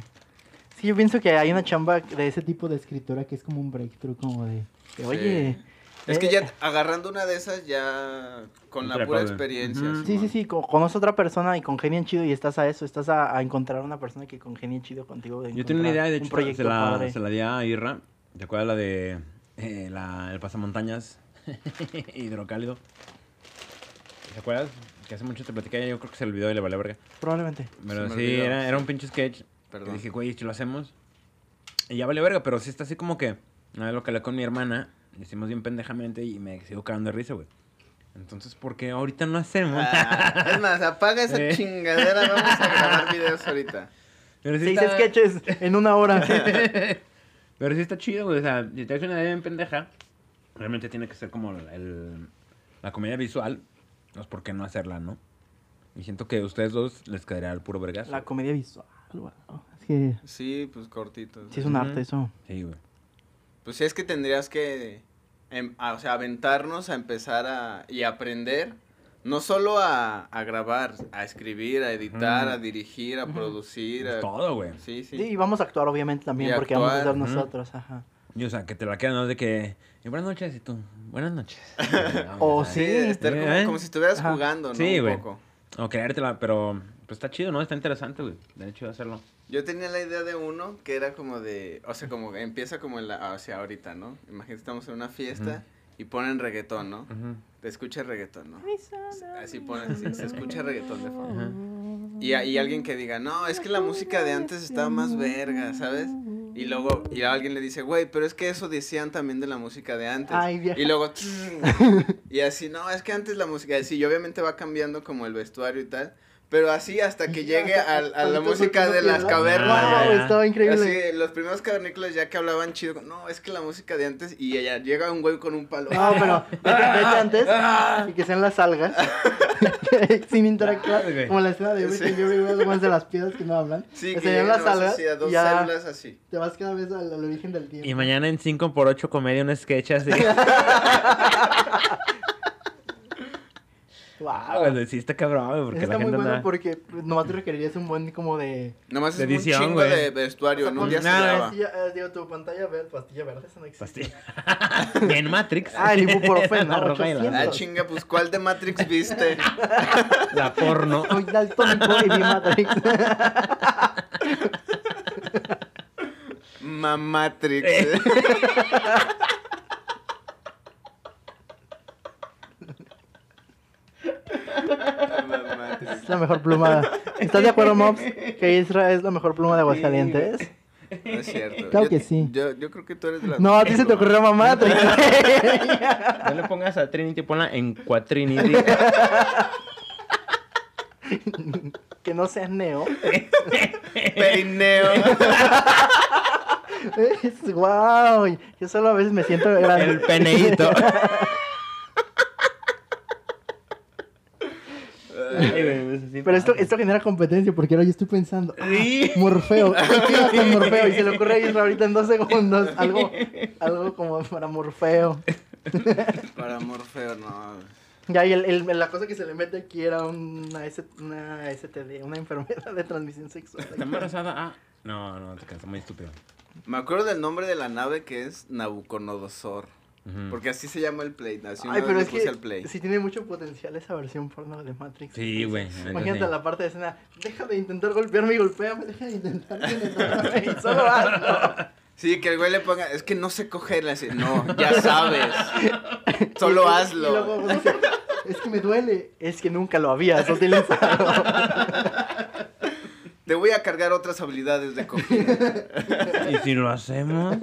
D: Sí, yo pienso que hay una chamba de ese
G: Ese
D: tipo.
G: tipo de escritora que es como un breakthrough, como de.
D: que, Oye.
C: Es que
D: eh,
C: ya agarrando una de esas, ya con la
B: Otra
C: pura
B: cosa.
C: experiencia.
B: Ujú.
C: Simón.
D: Sí, sí, sí. co- Conoces a otra persona y congenian chido y estás a eso. Estás a, a encontrar una persona que congenie chido contigo. de
B: Yo tengo una idea,
D: encontrar
B: de
D: un
B: hecho,
D: proyecto
B: se, la,
D: padre.
B: se la di a Irra. ¿Te acuerdas la de eh, la, el pasamontañas hidrocálido? ¿Te acuerdas? Que hace mucho te platicé, yo creo que se olvidó y le valió verga.
D: Probablemente.
B: Pero
C: me
B: sí,
C: olvidó,
B: era,
C: sí.
B: era un pinche sketch.
C: Perdón.
B: Y dije, güey, ¿y si lo hacemos. Y ya valió verga, pero sí está así como que. Una vez lo calé con mi hermana, lo hicimos bien pendejamente y me sigo cagando de risa, güey. Entonces, ¿por qué ahorita no hacemos?
C: Ah, es más, apaga esa
B: Eh.
C: chingadera. Vamos a grabar videos ahorita.
B: Pero sí
D: Seis
B: está-
D: sketches en una hora.
B: Pero sí está chido, güey. O sea, si te haces una idea bien pendeja, realmente tiene que ser como el, la comedia visual. Pues, ¿por qué no hacerla, no? Y siento que a ustedes dos les quedaría el puro vergazo.
D: la comedia visual. wow.
G: Es que.
C: Sí, pues cortitos.
D: Sí, es un
B: Ujú.
D: arte eso.
B: Sí, güey.
C: Pues es que tendrías que em, a- o sea, aventarnos a empezar a, y aprender, no solo a, a grabar, a escribir, a editar, a dirigir, a producir.
B: Es
C: a-
B: Pues todo, güey.
C: Sí, sí.
D: Sí, y vamos a actuar obviamente también
C: Y
D: porque vamos a
C: actuar,
D: ser
B: ujú.
D: nosotros. Ajá.
B: Y o sea, que te la quedan, ¿no? De que. y buenas noches, y tú. Buenas noches.
D: O
B: O
C: Sí,
D: sí.
C: estar como,
B: ¿Eh?
C: como si estuvieras
D: Ajá.
C: jugando, ¿no?
B: Sí,
C: Un
B: güey.
C: poco.
B: O creértela, pero. Pues está chido, ¿no? Está interesante, güey. De hecho, de hacerlo.
C: Yo tenía la idea de uno que era como de, o sea, como empieza como en la, o sea, ahorita, ¿no? Imagínate, estamos en una fiesta y ponen reggaetón, ¿no?
B: Ujú.
C: Te escucha reggaetón, ¿no? Así ponen, así, se escucha reggaetón de fondo. Y, a- y alguien que diga, no, es que la música de antes estaba más verga, ¿sabes? Y luego, y a alguien le dice, güey, pero es que eso decían también de la música de antes.
D: Ay, vieja.
C: y luego, y así, no, es que antes la música, así, y obviamente va cambiando como el vesturio y tal, pero así hasta que llegue al- a, la
G: Tanto
C: música
G: no
C: de las
G: pierdas.
C: cavernas.
B: Ah, ya,
D: Wow,
B: ya.
D: estaba increíble.
C: Así, los primeros cavernícolas ya que hablaban chido, no, es que la música de antes, y ya llega un güey con un palo.
D: No, pero vete, vete antes y que sean las algas. sin interactuar.
B: Ah, güey.
G: Como la escena de Everything Everywhere, los de las piedras que no hablan.
C: sí,
G: O
C: que
G: sea,
C: llegan
G: las
C: nomás
G: algas,
C: así, a dos
G: ya.
C: células así.
G: Te vas cada vez al, al origen del tiempo.
B: Y mañana en 5x8 comedia un sketch así. ah,
D: Wow.
B: güey, sí está cabrón, güey. Porque
G: Está
B: la
G: muy
B: gente
G: bueno
B: anda-
G: porque nomás te requerirías un buen como de...
C: Nomás es
B: De edición,
C: un chingo
B: güey.
C: de vestuario,
G: O sea,
C: en un
G: pon-
C: día se
B: nada,
C: lava.
G: pastilla, eh, digo, tu pantalla verde, pastilla verde, eso no existe.
B: Pastilla. Bien Matrix.
D: Ah, el ibuprofeno,
B: La roja y la-
D: 800.
C: Ah, chinga, pues ¿cuál de Matrix viste?
B: la porno.
D: Soy daltónico y vi Matrix.
C: Mamatrix.
B: Eh.
D: Es la mejor pluma. ¿Estás de acuerdo, Mobs? Que Isra es la mejor pluma de Aguascalientes.
C: No es cierto.
G: Claro
C: Yo-
G: que sí.
C: Yo, yo creo que tú eres de la.
D: No, a ti se te ocurrió mamá. Matrix.
B: No le pongas a Trinity, ponla en Cuatrinity.
D: que no seas neo.
C: Peineo.
D: Es, wow. Yo solo a veces me siento grande.
B: el peneíto.
G: Pero esto, esto genera competencia porque ahora yo estoy pensando... ah,
B: pues, Sí.
G: Morfeo, ¿qué queda con Morfeo? Y se le ocurre a Isra ahorita en dos segundos algo, algo como para Morfeo.
C: Para Morfeo, no.
D: Ya, y el- el- la cosa que se le mete aquí era una, S- una STD, una enfermedad de transmisión sexual.
B: ¿Está embarazada? Ah. No, no, te quedas muy estúpido.
C: Me acuerdo del nombre de la nave que es Nabucodonosor.
B: Mm.
C: Ujú. Porque así se llama el Play. Así
D: Ay,
C: una vez
D: pero
C: le
D: es
C: puse al
D: que
C: Play.
D: si tiene mucho potencial esa versión porno de Matrix.
B: Sí, güey.
D: Imagínate
B: neta, sí.
D: la parte de escena, deja de intentar golpearme y golpeame, deja de intentar penetrarme y solo hazlo.
C: Sí, que el güey le ponga, es que no sé cogerla. Así, no, ya sabes. Solo hazlo.
D: Y luego dice, es que me duele, es que nunca lo habías utilizado.
C: Te voy a cargar otras habilidades de cogida.
B: ¿Y si lo hacemos?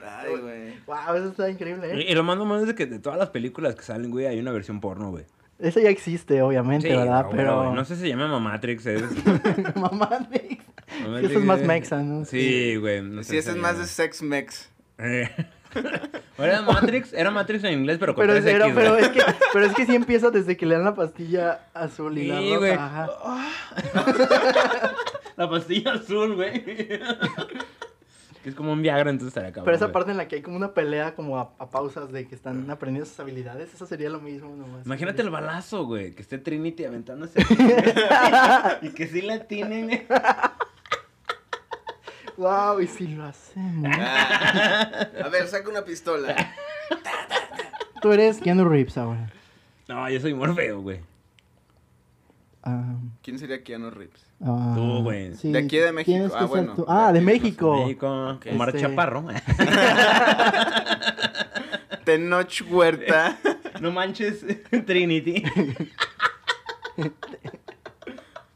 C: Ay, güey.
D: wow, eso está increíble, ¿eh?
B: y lo más normal es de que de todas las películas que salen, güey, hay una versión porno, güey.
D: Eso ya existe, obviamente, ¿verdad?
B: no,
D: Pero...
B: güey, No sé si se llama Mamatrix. ¿eh? Es...
D: Mamá Mix. Eso es más mexa, ¿no?
B: Sí, güey. no sé
C: Sí, ese es
B: si
C: más
B: se
C: de sex mex.
B: llama. Eh. O Era Matrix, era Matrix en inglés, pero con
D: Pero, es-
B: 3X, güey.
D: pero, pero es que, pero es que sí empieza desde que le dan la pastilla azul y la
B: Sí,
D: roja.
B: güey. Ah,
D: ajá.
B: La pastilla azul, güey. Que es como un Viagra, entonces estará cabrón.
D: Pero esa
B: güey.
D: parte en la que hay como una pelea como a, a pausas de que están aprendiendo sus habilidades, eso sería lo mismo nomás.
B: Imagínate el balazo, güey. Que esté Trinity aventándose. y que sí la tienen.
D: Wow, y si lo hacemos.
C: Ah. A ver, saca una pistola.
D: Tú eres Keanu Reeves ahora.
B: No, yo soy Morfeo, güey.
H: Ah,
C: ¿Quién sería Keanu Reeves?
H: ah,
B: Tú, güey.
H: sí,
C: De aquí de México.
H: tienes que
C: Ah,
H: ser
C: bueno.
H: tú. Ah, de
C: De aquí
H: México.
B: México. Omar
D: Este-
B: Chaparro.
C: Tenoch Huerta.
B: no manches, Trinity.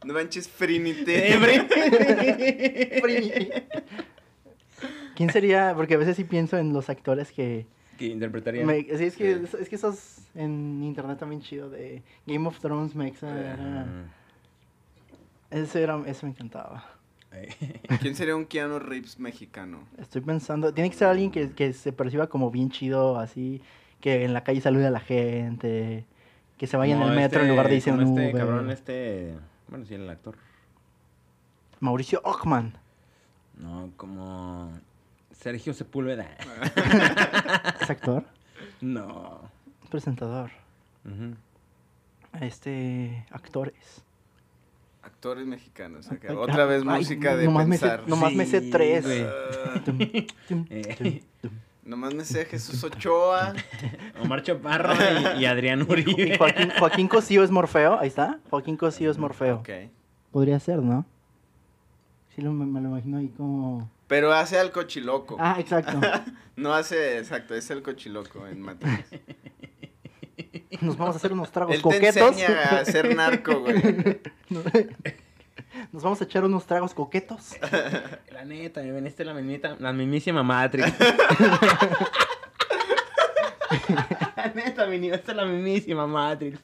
C: No manches, Frinite.
B: Every-
D: ¿Quién sería? Porque a veces sí pienso en los actores que...
B: que interpretaría.
D: me- sí, es que, es que esos en internet también chido de Game of Thrones Mexa. era-
B: Ah.
D: Ese, era, ese me encantaba.
B: Ay.
C: ¿Quién sería un Keanu Reeves mexicano?
D: Estoy pensando, tiene que ser alguien que, que se perciba como bien chido, así, que en la calle salude a la gente, que se vaya en
B: Como
D: el metro en
B: este-
D: lugar de irse en
B: como
D: un
B: este
D: Uber.
B: cabrón, este. Bueno, sí, el actor.
D: Mauricio Ockman.
B: No, como. Sergio Sepúlveda.
H: ¿Es actor?
B: No.
D: Presentador.
B: Ujú.
D: Este, actores.
C: Actores mexicanos. acá.
D: Ay,
C: Otra vez
D: ay,
C: música
D: no-
C: de
D: nomás me sé-
C: pensar.
D: no- Nomás me sé
B: Sí,
D: tres.
B: güey. Eh.
C: Ah,
D: Tum, tum, tum, tum.
C: nomás me sé Jesús Ochoa.
B: Omar Chaparro y, y Adrián
D: Y
B: Uribe.
D: Joaquín, Joaquín Cosío es Morfeo, ahí está. Joaquín Cosío es Morfeo.
C: Mm, Ok.
H: Podría ser, ¿no? Sí, lo- me, me lo imagino ahí como...
C: Pero hace al cochiloco.
H: Ah, exacto.
C: No hace, exacto, es el cochiloco en Matrix.
D: Nos vamos a hacer unos tragos
C: Él te
D: coquetos.
C: enseña a ser narco, güey.
D: Nos vamos a echar unos tragos coquetos.
B: La neta, me veniste la mismita, la mismísima Matrix. la neta, me viniste la mismísima Matrix.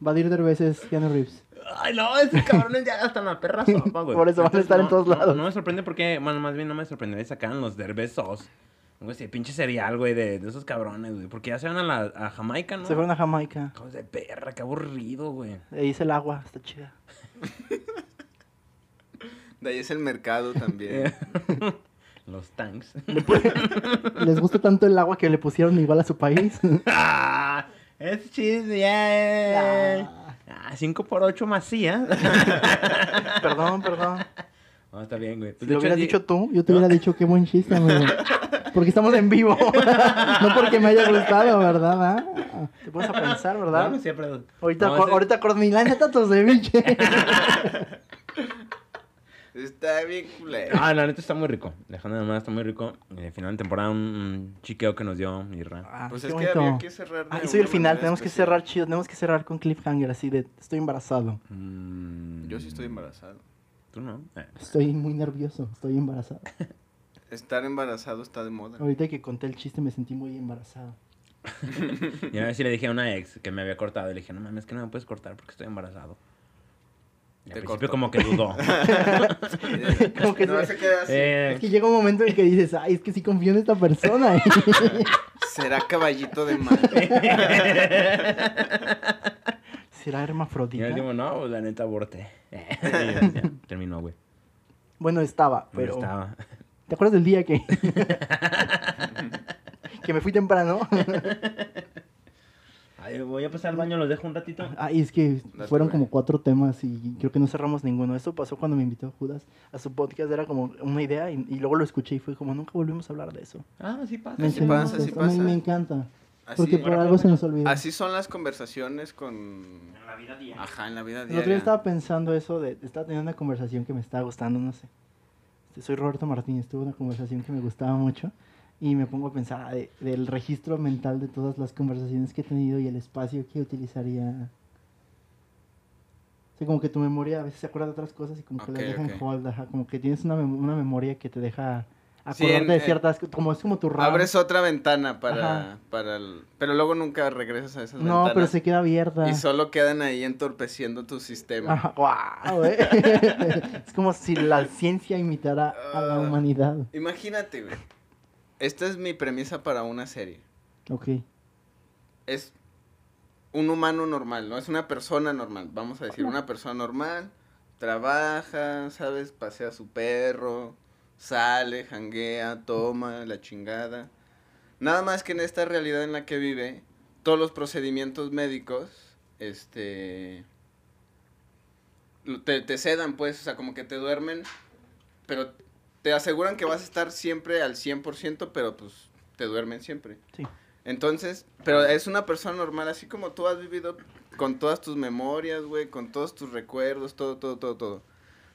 H: Vadir Derbez es Keanu Reeves.
B: Ay, no, esos cabrones ya gastan la perra sopa, güey.
D: Por eso van a
B: Entonces,
D: estar en
B: no-
D: todos
B: no- No,
D: lados.
B: me sorprende porque, bueno, más bien no me sorprendería si sacaran los derbezos. Güey, ese pinche cereal, güey, de, de esos cabrones, güey. Porque ya se van a, la, a Jamaica, ¿no?
D: Se fueron a Jamaica.
B: Hijos de perra, qué aburrido, güey.
D: Ahí es el agua, está chida.
C: De ahí es el mercado también.
B: los tanks.
H: Les gusta tanto el agua que le pusieron igual a su país.
B: ¡Ah! Es chisme, ya, eh. Ah, 5 por 8 masía.
D: Perdón, perdón.
B: no, está bien, güey. Pues,
D: Si
B: de
D: lo
B: hecho,
D: hubieras
B: sí-
D: dicho tú,
H: Yo te hubiera dicho qué buen chiste, amigo. Porque estamos en vivo. No porque me haya gustado, ¿verdad? ah?
D: te pones a pensar,
B: No, no,
D: ¿verdad?
B: sí, perdón.
D: Ahorita,
B: No,
D: cor-
B: ese-
D: ahorita Courtney, la neta, tus de biche.
C: Está bien culero.
B: Ah, la neta está muy rico. Dejando de nada, está muy rico. Eh, final de temporada, un, un chiqueo que nos dio Irra.
D: Ah,
C: Pues
D: qué
C: es que
D: bonito.
C: había que cerrar. de
D: Ah, soy el
C: una
D: final,
C: manera pues
D: tenemos que
C: especial.
D: cerrar chido, tenemos que cerrar con cliffhanger así de estoy embarazado.
B: Mm,
C: Yo sí estoy embarazado.
B: Tú no. Eh,
H: Estoy muy nervioso. Estoy embarazado.
C: Estar embarazado está de moda.
H: Ahorita que conté el chiste me sentí muy embarazado.
B: Y una vez sí le dije a una ex que me había cortado. Y le dije, no mames, que no me puedes cortar porque estoy embarazado. Y al
C: Te
B: principio,
C: cortó.
B: como que dudó.
D: Como que
C: no
D: se-
C: se queda así.
B: Eh,
D: Pues
H: Es que llega un momento en que dices, ay, es que sí confío en esta persona.
C: Será caballito de mar.
D: ¿Será
B: y al
D: hermafrodita?
B: último, no, pues, la neta aborté. Y ya, terminó, güey.
D: Bueno, estaba,
B: Pero
D: pero...
B: estaba.
D: ¿Te acuerdas del día que... que me fui temprano?
B: Ah, Ay, voy a pasar al baño, los dejo un ratito.
D: Ah, y es que fueron como cuatro temas y creo que no cerramos ninguno. Eso pasó cuando me invitó Judas a su podcast, era como una idea y, y luego lo escuché y fue como, nunca volvimos a hablar de eso.
B: Ah, sí pasa.
D: Me
C: Así pasa, así
D: esto, a mí
C: pasa.
D: me encanta.
C: Así,
D: Porque pues, por algo se nos olvida.
C: así son las conversaciones con...
B: En la vida diaria.
C: Ajá, en la vida
D: El otro día
C: diaria.
D: estaba pensando eso de, estaba teniendo una conversación que me estaba gustando, no sé. Este, Soy Roberto Martínez, tuve una conversación que me gustaba mucho y me pongo a pensar ah, de- del registro mental de todas las conversaciones que he tenido y el espacio que utilizaría. O sea, como que tu memoria a veces se acuerda de otras cosas y como que
C: Ok,
D: la deja
C: ok.
D: en hold, ajá, como que tienes una, mem- una memoria que te deja
C: Sí,
D: acordarte
C: en-
D: de
C: en- eh,
D: ciertas, co- como es como tu RAM.
C: Abres otra ventana para,
D: Ajá.
C: para el- Pero luego nunca regresas a esas
D: no,
C: ventanas.
D: pero se queda abierta.
C: Y solo quedan ahí entorpeciendo tu sistema.
D: Ajá, guau, eh. es como si la ciencia imitara a la
C: Ah.
D: humanidad.
C: Imagínate, güey. Esta es mi premisa para una serie.
D: Ok.
C: Es un humano normal, ¿no? Es una persona normal, vamos a decir, una persona normal. Trabaja, ¿sabes? Pasea a su perro, sale, janguea, toma, la chingada. Nada más que en esta realidad en la que vive, todos los procedimientos médicos, este... lo- Te, te sedan, pues, o sea, como que te duermen, pero te aseguran que vas a estar siempre al 100%, pero pues te duermen siempre.
D: Sí.
C: Entonces, pero es una persona normal, así como tú has vivido con todas tus memorias, güey, con todos tus recuerdos, todo, todo, todo, todo.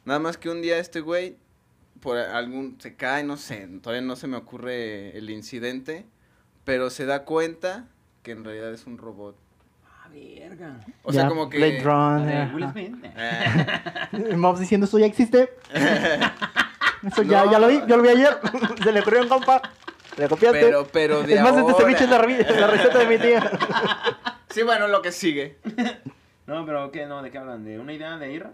C: Nada más que un día este güey, por algún, se cae, no sé, todavía no se me ocurre el incidente, pero se da cuenta que en realidad es un robot.
B: Ah, verga.
C: O
D: Ya,
C: sea, como que...
D: Blade
B: La de Will
D: Runner.
B: Smith.
C: Eh,
D: ajá. Mobs diciendo, eso ya existe. Eso ya,
C: No.
D: ya lo vi, yo lo vi ayer. Se le ocurrió a un compa. Le copiaste.
C: pero, pero de
D: es más, este
C: ahora.
D: ceviche es la, re- la receta de mi tía.
C: Sí, bueno, lo que sigue.
B: No, pero ¿qué? No, ¿de qué hablan? ¿De una idea de Ira?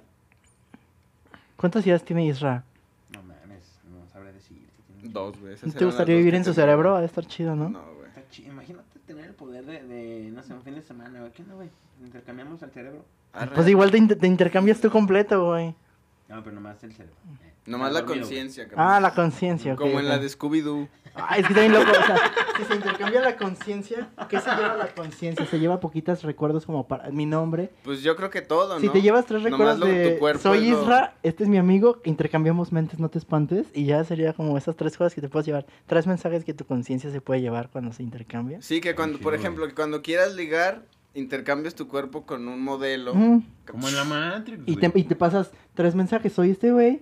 D: ¿Cuántas ideas tiene Isra?
B: No mames, no sabré decir.
C: Dos, güey.
D: ¿Te gustaría vivir en su cerebro? Ha de estar chido, ¿no?
C: No, güey.
B: Está chi- Imagínate tener el poder de, de, no sé, un fin de semana, güey. ¿Qué onda, güey? Intercambiamos el cerebro.
C: Arre.
D: Pues igual te, inter- te intercambias tú completo, güey.
B: No, pero nomás el cerebro. Eh,
C: Nomás la
B: dormido,
C: conciencia, cabrón.
D: Ah, la conciencia, ok.
C: Como en la
D: ok.
C: de Scooby-Doo.
D: Ah, es que está bien loco. O sea, si se intercambia la conciencia, ¿qué se lleva la conciencia? Se lleva poquitas recuerdos como para mi nombre.
C: Pues yo creo que todo, ¿no?
D: Si te llevas tres
C: Nomás
D: recuerdos
C: lo-
D: de
C: tu cuerpo
D: soy
C: es lo-
D: Isra, este es mi amigo, intercambiamos mentes, no te espantes, y ya sería como esas tres cosas que te puedes llevar, tres mensajes que tu conciencia se puede llevar cuando se intercambia.
C: Sí, que cuando,
B: Ay,
C: por
B: chido,
C: ejemplo, que cuando quieras ligar, intercambias tu cuerpo con un modelo.
D: Ujú.
C: Que-
B: Como en la Matrix,
D: Y, te,
B: güey.
D: y te pasas tres mensajes, soy este güey,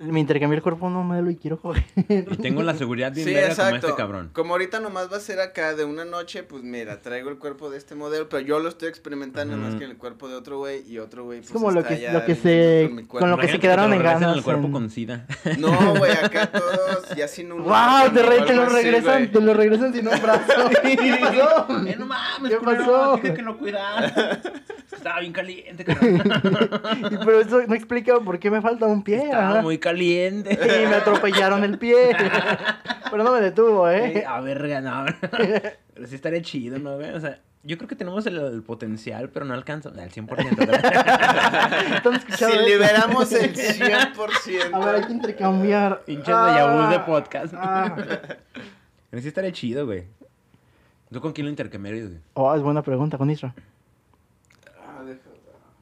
D: me intercambié el cuerpo no modelo y quiero coger.
B: Y tengo la seguridad bien
C: Sí,
B: verga
C: exacto.
B: como este cabrón.
C: Como ahorita nomás va a ser acá de una noche, pues mira, traigo el cuerpo de este modelo, pero yo lo estoy experimentando
B: Ujú.
C: más que en el cuerpo de otro güey y otro güey. Pues,
D: como lo
C: está
D: que-
C: ya
D: lo que se-
C: con mi cuerpo.
D: con lo que se
B: Imagínate
D: quedaron
B: te lo
D: en
B: regresan
D: ganas
B: el cuerpo
D: en-
B: con sida.
C: No, güey, acá todos ya sin un.
D: ¡Wow! Te, re-
C: o
D: te
C: algo
D: lo
C: así,
D: regresan,
C: güey.
D: te lo regresan sin un brazo. ¿Qué pasó?
B: Eh, no mames,
D: ¿Qué
B: culero,
D: pasó?
B: dije que lo cuidara. Estaba bien caliente, cabrón.
D: Y- Pero eso no explica por qué me falta un pie.
B: Estaba
D: ajá.
B: muy caliente.
D: Y me atropellaron el pie. Pero no me detuvo,
B: Eh,
D: ¿eh?
B: A ver, ganaba. Pero sí estaría chido, ¿no? güey? O sea, yo creo que tenemos el, el potencial, pero no alcanza al 100%.
D: ¿Están escuchando
C: Si
D: esto?
C: liberamos el
D: ¿eh? A ver, hay que
C: 100%.
D: intercambiar.
B: Pinches déjà vu de
D: Ah,
B: podcast.
D: ah.
B: Pero sí estaría chido, güey. ¿Tú con quién lo intercambiarías, güey?
D: Oh, es buena pregunta con Isra.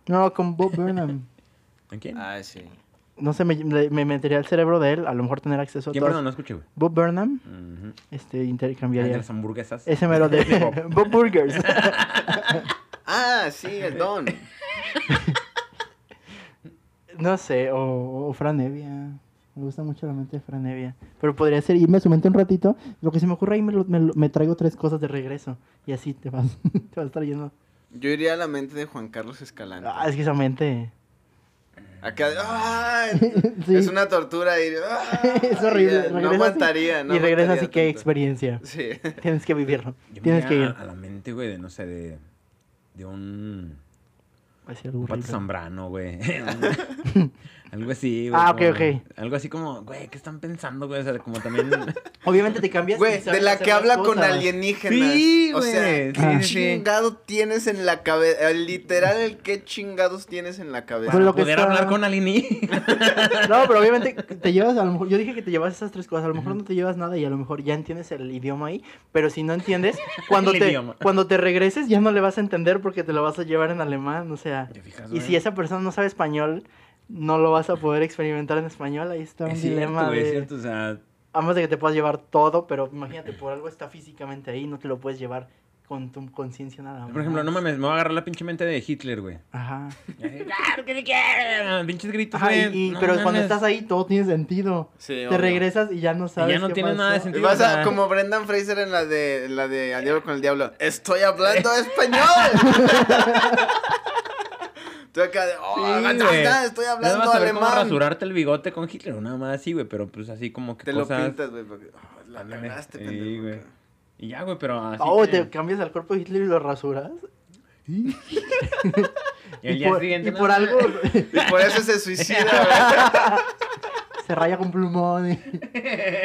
D: No, con Bob Burnham.
B: ¿Con quién?
C: Ah, sí.
D: No sé, me, le- me metería el cerebro de él, a lo mejor tener acceso a
B: ¿Quién,
D: todas.
B: perdón? No escuché, güey.
D: Bob Burnham,
B: Ujú.
D: este,
B: Ah, de
D: intercambiaría.
B: las hamburguesas.
D: Ese mero de
B: Bob.
D: Bob Burgers.
C: Ah, sí, el don.
D: No sé, o, o Fran Evia. Me gusta mucho la mente de Fran Evia. Pero podría ser irme a su mente un ratito. Lo que se me ocurre ahí me, lo- me lo- me traigo tres cosas de regreso. Y así te vas, te vas trayendo.
C: Yo iría a la mente de Juan Carlos Escalante.
D: Ah, es que esa mente.
C: Acá, ¡ah!
D: Sí.
C: es una tortura ir. ¡ah!
D: es horrible.
C: Ya, no
D: Regresas y-
C: aguantaría, no
D: y regresas
C: aguantaría
D: y qué
C: tanto.
D: experiencia.
C: Sí.
D: Tienes que vivirlo.
B: Yo me
D: Tienes que
B: iría
D: ir.
B: a, a la mente, güey, de no sé, de. De un.
D: Así algo
B: Pato
D: horrible.
B: Zambrano, güey. algo así, güey.
D: Ah,
B: como-
D: ok, ok.
B: Algo así como, güey, ¿qué están pensando, güey? O sea, como también.
D: Obviamente te cambias. y
C: Güey, de
D: sabes
C: la
D: hacer
C: que
D: más
C: habla con
D: cosas.
C: alienígenas.
B: Sí,
C: o sea,
B: güey,
D: sí,
C: ¿qué
B: sí, sí.
C: chingado tienes en la cabeza? Literal, el qué chingados tienes en la cabeza.
D: Pues lo que
B: poder
D: está-
B: hablar con Alini.
D: No, pero obviamente te llevas, a lo mejor, yo dije que te llevas esas tres cosas, a lo mejor no te llevas nada y a lo mejor ya entiendes el idioma ahí, pero si no entiendes, cuando,
B: El
D: te,
B: idioma.
D: cuando te regreses ya no le vas a entender porque te lo vas a llevar en alemán, o sea,
B: ¿Te fijas,
D: y
B: güey?
D: si esa persona no sabe español, no lo vas a poder experimentar en español, ahí está un
B: Es
D: dilema
B: cierto, güey, es
D: de-
B: cierto. O sea,
D: a menos de que te puedas llevar todo, pero imagínate, por algo está físicamente ahí, no te lo puedes llevar con tu conciencia nada más.
B: por ejemplo, no mames, me voy a agarrar la pinche mente de Hitler, güey.
D: Ajá.
B: Claro que sí quiero. Pinches gritos,
D: Ajá,
B: güey.
D: y- y-
B: No
D: pero cuando
B: mames.
D: estás ahí todo tiene sentido.
C: Sí,
D: Te
C: obvio.
D: regresas y ya no sabes.
B: no
D: qué
B: tiene nada de
D: pasó.
B: sentido.
C: Y Vas a,
B: Ajá.
C: como Brendan Fraser en la de, en la de Al Diablo con el Diablo. ¡Estoy
B: Eh.
C: hablando español! Tú acá de, oh,
B: Sí,
C: aguanta,
B: güey.
C: aguanta, estoy
B: Ya vas
C: hablando
B: a ver cómo
C: alemán.
B: rasurarte el bigote con Hitler, nada más así, güey, pero pues así como que
C: Te lo
B: cosas...
C: pintas, güey. porque, oh, la
B: Ándale.
C: cagaste,
B: Sí,
C: pendejo.
B: güey. Y ya, güey, pero así
D: Oh,
B: que-
D: te cambias al cuerpo de Hitler y lo rasuras.
B: y el
D: y
B: día
D: por,
B: siguiente...
D: y
B: no,
D: por
B: no,
D: algo
C: Y por eso se suicida, güey.
D: se raya con plumón y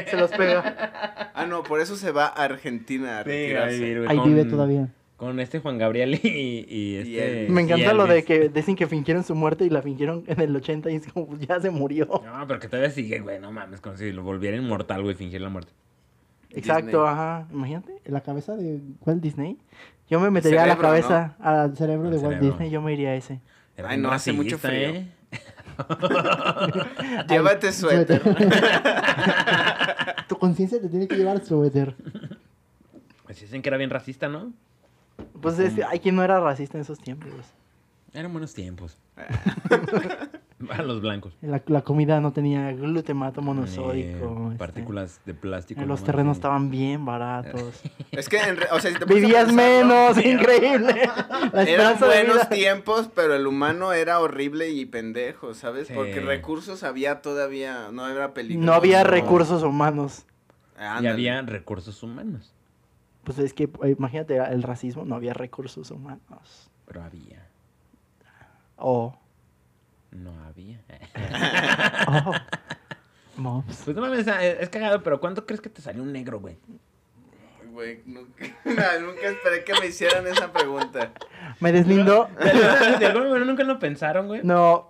D: se los pega.
C: Ah, no, por eso se va a Argentina a
B: sí, güey,
C: retirarse.
B: güey,
D: Ahí
B: con-
D: vive todavía.
B: Con este Juan Gabriel y, y este...
C: Elvis.
D: Me
B: y
D: encanta lo de
B: Elvis.
D: que dicen que fingieron su muerte y la fingieron en el 80 y es como, pues, ya se murió.
B: No, pero que todavía sigue, güey, no mames, como si lo volviera inmortal, güey, fingir la muerte.
D: Exacto,
C: Disney.
D: ajá. Imagínate, la cabeza de Walt Disney. Yo me metería a la
C: cerebro, ¿no?
D: cabeza al cerebro
B: Al
D: de Walt
B: cerebro.
D: Disney, yo me iría a ese.
B: Era
C: Ay,
B: bien
C: no, hace mucho
B: racista,
C: frío.
B: ¿eh?
C: Llévate suéter.
D: tu conciencia te tiene que llevar suéter.
B: Pues dicen que era bien racista, ¿no?
D: Pues es, hay quien no era racista en esos tiempos.
B: Eran buenos tiempos. Para los blancos.
D: La, la comida no tenía glutamato
B: Eh,
D: monosódico. este,
B: partículas de plástico.
D: eh,
B: no
D: los
B: mames,
D: terrenos
B: sí.
D: estaban bien baratos.
C: Es que, en re- o sea, si te pones a
D: Vivías
C: pensarlo,
D: menos, increíble. La
C: Eran
D: esperanza de
C: buenos
D: vida.
C: tiempos, pero el humano era horrible y pendejo, ¿sabes?
B: Sí.
C: Porque recursos había todavía, no era peligro.
D: No había
B: No.
D: recursos humanos.
C: Ah,
B: Y
C: ándale.
B: había recursos humanos.
D: Pues es que, eh, imagínate, era el racismo, no había recursos humanos.
B: Pero había.
D: Oh,
B: No había. Eh,
D: oh. Mobs.
B: Pues no mames, ah, es es cagado, pero ¿cuánto crees que te salió un negro, güey?
C: Ay, Güey, nunca, nunca esperé que me hicieran esa pregunta.
D: Me deslindo.
B: De alguna- de alguna manera nunca lo pensaron, güey.
D: No.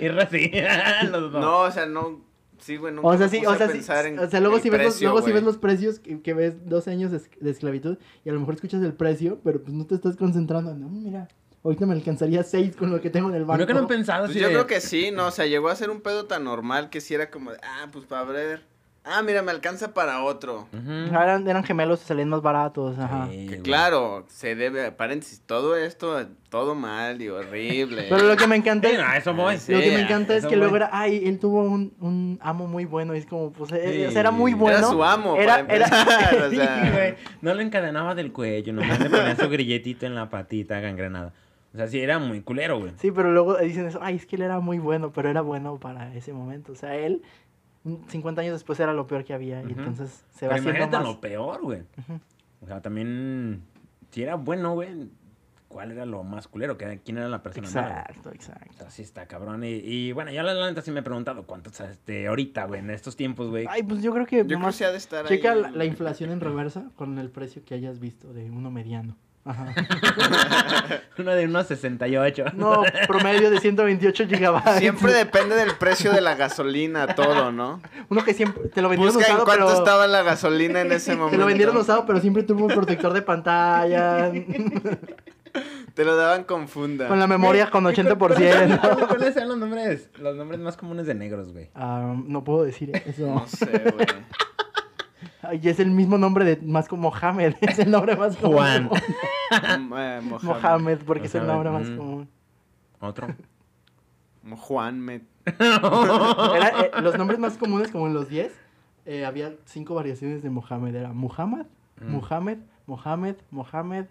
B: Y racista. Los dos.
C: No, o sea, no. Sí, güey, nunca
D: O sea,
C: me
D: sí,
C: puse
D: o
C: a
D: sea, sí,
C: pensar en
D: o sea, luego
C: el
D: si ves, los,
C: precio,
D: luego si
C: güey.
D: ves los precios que, que ves 12 años de, es- de esclavitud y a lo mejor escuchas el precio, pero pues no te estás concentrando. No, mira, ahorita me alcanzaría 6 con lo que tengo en el banco.
B: Nunca lo han pensado.
C: Pues
B: así
C: yo
B: de-
C: creo que sí, ¿no? O sea, llegó a ser un pedo tan normal que sí era como, de, ah, pues para ver. Ah, mira, me alcanza para otro.
B: Ujú.
D: Ah, eran, eran gemelos, salían más baratos, ajá.
B: Sí,
C: Que
B: güey.
C: claro, se debe, paréntesis, todo esto, todo mal y horrible.
D: Pero lo que me encanta
B: Sí,
D: es,
B: no, a eso voy.
C: Sí,
D: lo que me
C: a
D: encanta es
B: eso
D: que luego
B: voy.
D: era, ay, él tuvo un, un amo muy bueno, y es como, pues, eh,
B: Sí.
D: o sea, era muy
B: Era
D: bueno.
C: era su amo,
D: era-
C: para empezar, o
B: Sí,
C: sea.
B: güey. No lo encadenaba del cuello, nomás le ponía su grilletito en la patita gangrenada. O sea, sí, era muy culero, güey.
D: Sí, pero luego dicen eso, ay, es que él era muy bueno, pero era bueno para ese momento. O sea, él, un- 50 años después era lo peor que había, y
B: Ujú.
D: entonces se va
B: Pero
D: haciendo
B: imagínate
D: más.
B: lo peor, güey.
D: Ujú.
B: O sea, también, si era bueno, güey, ¿cuál era lo más culero? ¿Qué- ¿Quién era la persona mala? güey?
D: Exacto, exacto.
B: O sea, sí está cabrón. Y, y, bueno, yo la la neta sí me he preguntado cuántos, este, ahorita, güey, en estos tiempos, güey.
D: Ay, pues yo creo que
C: Eh, Yo creo
D: nomás
C: que sí ha de estar ahí
D: checa la,
C: en-
D: la inflación en reversa con el precio que hayas visto de uno mediano. Ajá.
B: Uno de unos 68.
D: No, promedio de 128 gigabytes.
C: Siempre depende del precio de la gasolina, todo, ¿no?
D: Uno que siempre te lo vendieron
C: Busca en
D: usado,
C: cuánto
D: pero
C: estaba la gasolina en ese
D: te
C: momento.
D: lo vendieron usado, pero siempre tuvo un protector de pantalla,
C: Te lo daban con funda.
D: con la memoria con 80%.
B: ¿Cuáles eran los nombres? Los nombres más comunes de negros, güey.
D: Ah, no puedo decir eso.
C: No sé, güey.
D: Ay, es el mismo nombre de más como Mohamed, es el nombre más común.
B: Juan.
C: Mm, eh, Mohamed.
D: Mohamed, porque es el
B: Mohamed,
D: nombre más
B: mm.
D: común.
B: Otro.
C: Juanmet.
D: Eh, Era, eh, los nombres más comunes, como en los 10, eh, había cinco variaciones de Mohamed. Era Muhammad,
B: Mm.
D: Muhammad, Mohamed, Mohamed.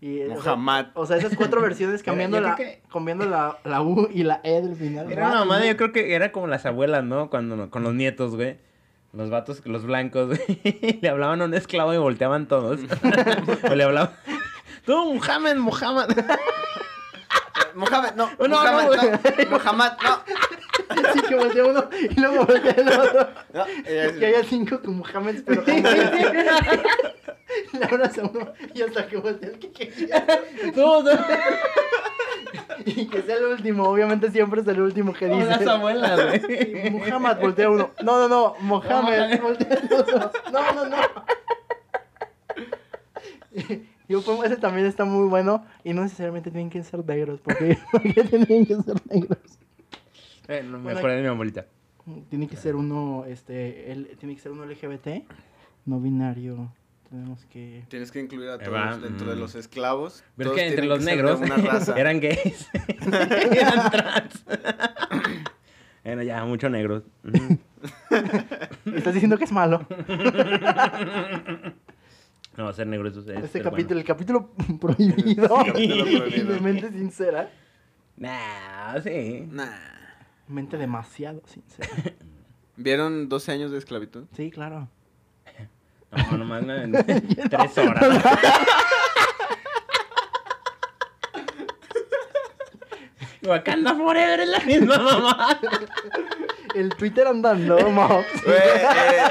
D: Y, eh, o sea-
C: Mohamed.
D: O sea, esas cuatro versiones cambiando,
B: yo
D: la,
B: creo que-
D: cambiando la, la U y la E del final.
B: Era una mamada, yo creo que era como las abuelas, ¿no? Cuando con los nietos, güey. Los vatos, los blancos, güey. Le hablaban a un esclavo y volteaban todos. o le hablaban. Tú, Muhammad, Muhammad.
C: Mohamed, no.
D: No, no,
C: Mohamed,
D: güey.
C: no. Mohamed, no.
D: Así que voltea uno y luego voltea el otro.
C: no. Y ya
D: Que haya cinco como James, pero como Le abras a uno y hasta que voltea el que quería.
B: Tú, tú.
D: Y que sea el último, obviamente siempre es el último que
B: Una
D: dice.
B: Samuela, güey.
D: Y Muhammad voltea uno. No, no, no. Mohamed
B: Mohamed.
D: voltea el otro. No, no, no. Yo pongo ese también está muy bueno. Y no necesariamente tienen que ser negros. Porque, porque tienen que ser negros.
B: Eh, no, me
D: Bueno,
B: acordé de mi abuelita.
D: Tiene que ser uno, este, el, tiene que ser uno LGBT, no binario. Tenemos que.
C: Tienes que incluir a todos
B: va,
C: dentro de
B: mm.
C: los esclavos.
B: Pero
C: Todos
B: es que entre
C: tienen
B: los
C: ser de
B: negros
C: Una raza.
B: eran gays. eran trans. bueno, ya, mucho negros. Ujú.
D: Estás diciendo que es malo.
B: No, ser negro es. es
D: Este
B: ser
D: capítulo,
B: bueno.
D: el capítulo prohibido.
C: capítulo prohibido.
D: De mente sincera.
B: Nah, sí.
C: Nah.
D: Mente demasiado sincera.
C: ¿Vieron 12 años de esclavitud?
D: Sí, claro.
B: No, nomás me tres horas. Wakanda Forever es la misma mamá.
D: El Twitter andando, Mau.
C: Güey, eh,